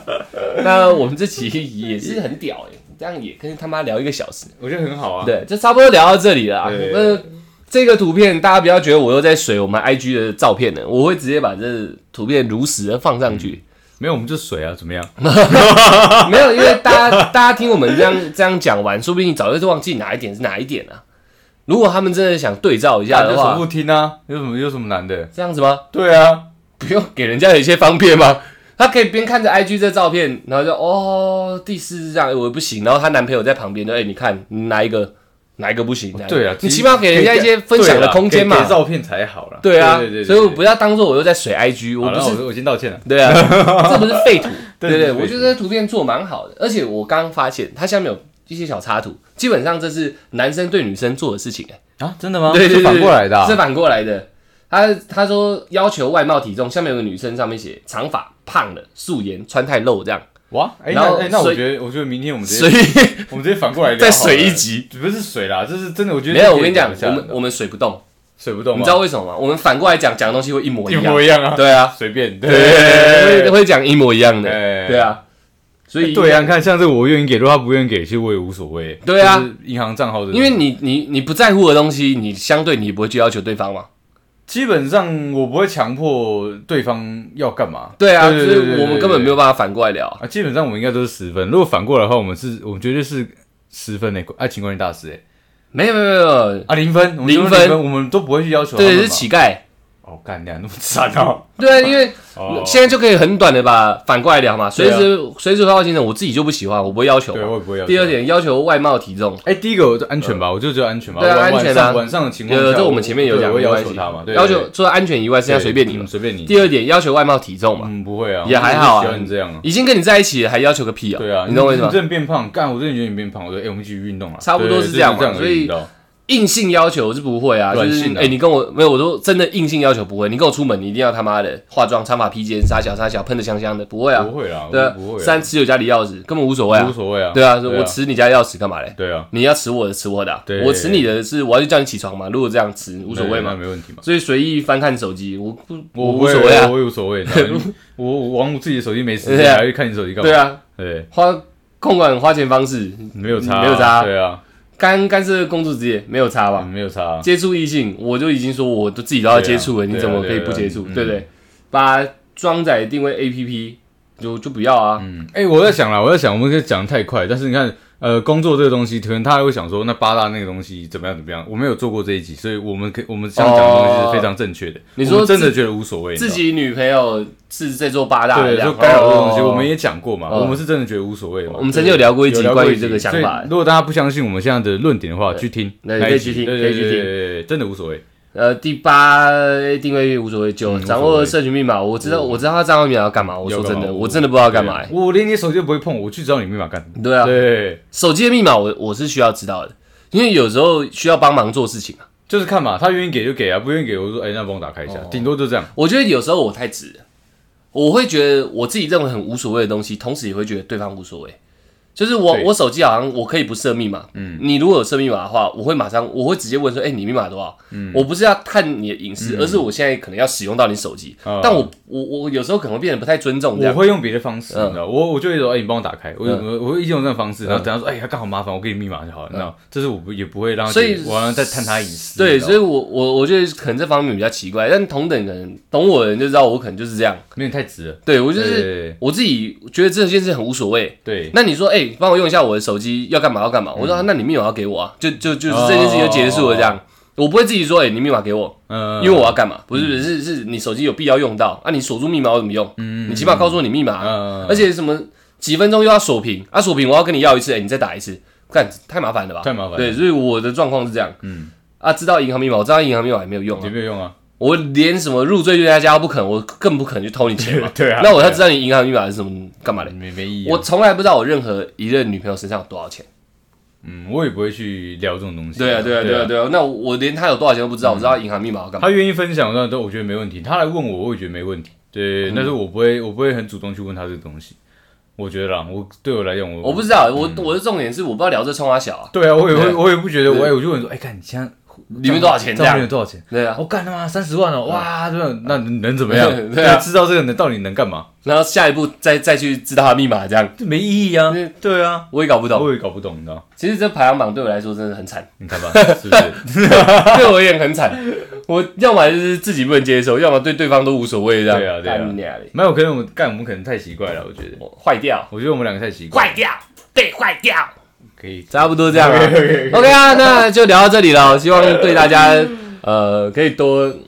那我们这期也是很屌哎，这样也跟他妈聊一个小时，
我觉得很好啊，
对，就差不多聊到这里了啊。
对
那这个图片大家不要觉得我又在水我们 IG 的照片了，我会直接把这图片如实的放上去。
没有我们就水啊，
(laughs)
怎么样？嗯
没有，因为大家大家听我们这样 (laughs) 这样讲完，说不定你早就忘记哪一点是哪一点了、如果他们真的想对照一下
大家
的
就重
话，
复听啊，有什么有什么难的？
这样子吗？
对啊，
不用给人家有一些方便吗？他可以边看着 IG 这照片，然后就哦，第四是这样，哎我不行。然后她男朋友在旁边就哎、你看哪一个哪一个不行？哪一个
对啊，
你
其实
起码给人家一些分享的空间
对啦给
嘛
给。照片才好啦。
对啊
对对，对，
所以我不
要，
要当做我又在水 IG，我
好
不
了，
是
我我先道歉了，
对啊，
(laughs)
这不是废图，对不
对
对？
这不是废图
我觉得这图片做蛮好的，而且我刚刚发现它下面有一些小插图，基本上这是男生对女生做的事情、欸，
啊，真的吗？
对对对，
是反过来的啊，
是反过来的。他他说要求外貌体重，下面有个女生，上面写长发、胖了、素颜、穿太露这样，
哇，哎，
然
那
后
哎，那我
所以
觉得，我觉得明天我们直
所
接，
以
我们直接反过来聊
再
好了
水一集。
不是水啦，这是真的，我觉得
没有，
这
我
可
跟
以
你讲，
一
我
下
们我们水不动，
水不动吗，
你知道为什么吗？我们反过来讲，讲的东西会一模
一
样
模。一样啊，
对啊，
随便，
对，会
对
会讲一模一样的。
哎
对啊，所以
对啊，你看像这个我愿意给，如果他不愿意给，其实我也无所谓。
对啊，
银行账号的，
因为你你你不在乎的东西，你相对你不会去要求对方嘛。
基本上我不会强迫对方要干嘛。
对啊，
对
所
对对
以我们根本没有办法反过来聊啊。
啊，基本上我们应该都是十分。如果反过来的话，我们是，我们绝对是十分的爱情管理大师哎
没有没有没有，
啊，零分，我们
零
都
分
零分，我们都不会去要求他们
对，
嘛
是乞丐，
哦，干俩那么惨哦，
对啊，因为
哦
现在就可以很短的把反过来聊嘛。随
对啊
时随时回报精神，我自己就不喜欢，我不会要求嘛。
对我也不会要求
第二点要求外貌体重，
哎，第一个我就安全吧，我就觉得安全吧，
对啊
晚
安全啊
晚上晚上的情况
呃，
下，
这我们前面有
对
讲，
我会
没
要
关
求
系
他嘛，对
要
对
求除了安全以外，剩下随便你
嗯
嘛。
随便你。
第二点要求外貌体重嘛，
嗯，不会啊，
也还好啊
我就喜欢你这样啊。
已经跟你在一起了还要求个屁啊！
对啊，
你懂我意思吗
你？真的变胖，干，我真的觉得你变胖。我说，哎，我们一起去运动啊，
差不多是
对
这样嘛
就是而已
所以
你知道
硬性要求是不会啊，就
软
是
性
哎、
啊
你跟我没有，我说真的硬性要求不会，你跟我出门你一定要他妈的化妆、长发披肩、杀小杀小，喷的香香的，不会啊，
不会啦，
对
我
啊
不会，啊，
三持有家里钥匙根本无所谓啊，
无所谓啊，
对啊，我，持你家钥匙干嘛嘞？
对啊，
你要持我的，持我的啊、
对
我持你的是我要去叫你起床嘛，如果这样持无所谓
对那
嘛，
没问题嘛。
所以随意翻看手机，我不
我
无
不会
所谓啊
我，我也无所谓，你知道吗
(laughs)
我我玩我自己的手机没时
对
间，
啊
还去看你手机干嘛？
对啊，
对，
花控管花钱方式，
没有差啊，
没有差啊
对啊，
干干涉公主职业没有差吧？
嗯没有差啊，
接触异性，我就已经说我都自己都要接触了，
对啊
你怎么可以不接触？对不对？把装载定位 APP 就就不要啊。
嗯，哎，我在想啦，我在想，我们可以讲得太快，但是你看，呃，工作这个东西，可能他还会想说，那八大那个东西怎么样怎么样？我没有做过这一集，所以我们可以我们想讲的东西是非常正确的。
哦你说
我们真的
自
觉得无所谓，你知
自
道吗
己女朋友是在做八大的
对，
这
就
样，
干扰这种东西，
哦
我们也讲过嘛，
哦
我们是真的觉得无所谓嘛。
我们曾经有聊过一集
有聊
关于
集
这个想法
所以如果大家不相信我们现在的论点的话，去听
那
那
你
一
可以
集
去听
对
可以
对
去
对
听
对对真的无所谓。
呃第八定位无所谓，九
无所谓
掌握社群密码，我知道我知道他账号密码要干嘛。我说真
嗯要
的，
干嘛
我真的不知道干嘛
对
欸。
我连你手机都不会碰，我去找你密码干嘛？
对啊，
对，
手机的密码我我是需要知道的，因为有时候需要帮忙做事情啊。
就是看嘛，他愿意给就给啊，不愿意给我说，哎，那帮我打开一
哦
下，顶多就这样。
我觉得有时候我太直了，我会觉得我自己认为很无所谓的东西，同时也会觉得对方无所谓。就是我
对
我手机好像我可以不设密码，嗯，你如果有设密码的话，我会马上我会直接问说，哎、你密码多少？嗯，我不是要探你的隐
嗯
私，而是我现在可能要使用到你手机，
啊
但我我我有时候可能会变得不太尊重这
我
样。
会用别的方式，你
嗯
知道，我我就会说，哎，你帮我打开，我我我会一直用这种方式，然后等他说，哎呀，刚好麻烦，我给你密码就好了，那这是我不也不会让他
所
觉
以
得，我要再探他隐私。
嗯对，
你知道
所以我我我觉得可能这方面比较奇怪，但同等可能懂我的人就知道我可能就是这样，
没有太直了，
对我就
对
是
对对
我自己觉得这件事很无所谓，
对。
那你说，哎、帮我用一下我的手机，要干嘛要干
嗯
嘛？我说，啊那你密码要给我啊，就就就是
哦
这件事情就结束了这样。我不会自己说，哎、你密码给我，
嗯，
因为我要干嘛？不是，是是你手机有必要用到啊，你锁住密码我怎么用？你起码告诉我你密码啊、
嗯
而且什么几分钟又要锁屏啊，锁屏我要跟你要一次，哎、你再打一次，干太麻烦了吧？
太麻烦了
对，所以我的状况是这样，嗯。啊，知道银行密码，我知道银行密码也没有用、啊
有。没有用啊？。
我连什么入赘冤家家都不肯，我更不可能去偷你钱嘛
(laughs) 对啊
那我要知道你银行密码是什么，干嘛嘞？
没没意义啊、
我从来不知道我任何一任女朋友身上有多少钱。
嗯，我也不会去聊这种东
(laughs)
西。
对啊，对啊，对啊，嗯
啊。
对啊。那我连她有多少钱都不知道，我知道银行密码要干嘛。
他愿意分享，那都我觉得没问题。他来问我，我也觉得没问题。对，
嗯
但是我不会，我不会很主动去问他这个东西。我觉得啦，我对我来讲，我
我不知道，我我的重点是我不知道聊这冲她小啊，
对啊，我也
对
会，我也不觉得，我也我就问说，哎，看你现在
里面多少钱这
账户
样
里面？多少钱？
对啊。？
我干他妈三十万哦，哇，这种那能怎么样
啊 (laughs) 对啊
知道这个能到底能干嘛？
然后下一步再再去知道她密码这样，
这没意义啊
对。
对啊，
我也搞不懂。
我也搞不懂，你知道？
其实这排行榜对我来说真的很 (laughs) 惨，
你看吧， (laughs) 是不是？
对我也很惨。我要么就是自己不能接受，要么对对方都无所谓这样。
对啊对啊
干你娘嘞
没有，可能我们干，我们可能太奇怪了，我觉得。
我坏掉，
我觉得我们两个太奇怪，
坏掉，被坏掉。
可以
差不多这样 (laughs) 啊。OK 啊，那就聊到这里了。希望对大家呃可以多嗯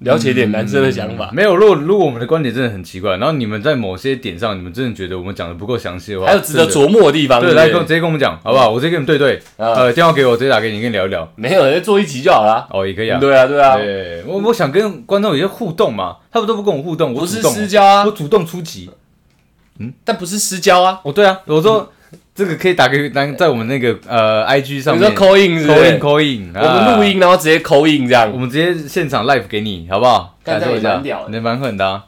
了解一点男生的想法，
啊没有，如果如果我们的观点真的很奇怪，然后你们在某些点上，你们真的觉得我们讲的不够详细的话，
还有值得
真的
琢磨的地方。
对，
不
来跟我直接跟我们讲，好不好？我直接跟你们对对，
啊
呃，电话给我，直接打给你，跟你聊一聊。
没有人做一集就好了。
哦，也可以啊。
对啊，对啊，
对，我我想跟观众有些互动嘛，他们都不跟我互动，
不
我主
是
动，
私交啊
我，主动出击。
但不是私交啊。
哦，对啊，我说这个可以打给那在我们那个呃 IG 上
你说
面
call in 啊是不
扣
是
印？扣印，我
我们录，音，然后直接 call in 这
啊我
样，
们直接现场 live 给你，好不好？
干
感受一
这样也
下
蛮屌，的
你蛮狠的啊。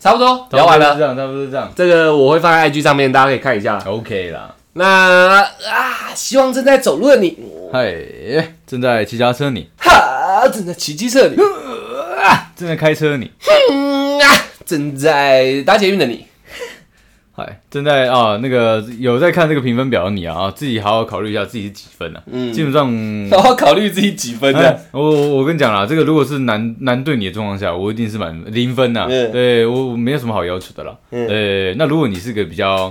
差不多聊完了。
差不多是这样，差不多是这样。
这个我会放在 IG 上面，大家可以看一下。
OK 啦。
那啊，希望正在走路的你，
嗨，正在骑脚踏车的你，
哈，正在骑机车的你，
正在开车的你，
嗯啊，正在搭捷运的你，
嗨，正在啊那个有在看这个评分表的你啊，啊自己好好考虑一下自己是几分啊。
嗯
基本上，
好好考虑自己几分的
哎。 (laughs) 我我我跟你讲啦，这个如果是男男对你的状况下，我一定是满零分呐、
嗯
对我我没有什么好要求的啦。
嗯
对，那如果你是个比较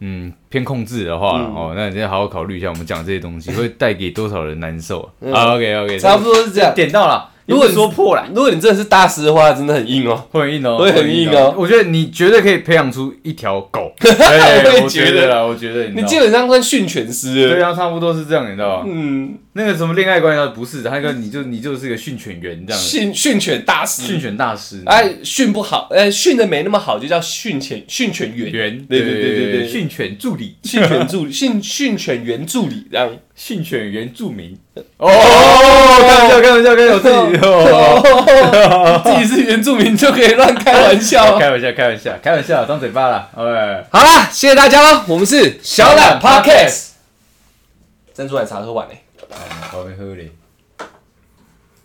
嗯偏控制的话啦、
嗯
哦，那你再好好考虑一下，我们讲这些东西会带给多少人难受啊、o k OK，
嗯差不多是这样。
点到了，
如果你
说破了，
如果你真的是大师的话，真的很硬哦。
会很硬哦，
会很硬哦
我觉得你绝对可以培养出一条
(laughs)
狗。对
也
我
觉
觉
得
得啦，我觉得你
你
知
基
道。
本上算训犬师
对
了。
啊，差不多是这样，你知道吧？
嗯，
那个什么恋爱关系啊不是，他跟你就你就是个训犬员这样，
训训犬大师
训。犬大师。
哎，训不好，呃，训的没那么好，就叫训犬训犬员。
员，
对对对对对，训
训犬助理，
训犬助理， (laughs) 训训犬员助理这
(laughs)
样。
训犬员著名。哦，开玩笑，开玩笑，开玩笑，自己哦，
自己是原住民就可以乱开玩笑啊。
(laughs) 开玩笑，开玩笑，开玩笑，张嘴巴啦，哎，
好啦，谢谢大家喽，我们是小懒
小懒
Podcast。珍珠奶茶喝完嘞。
好没喝嘞。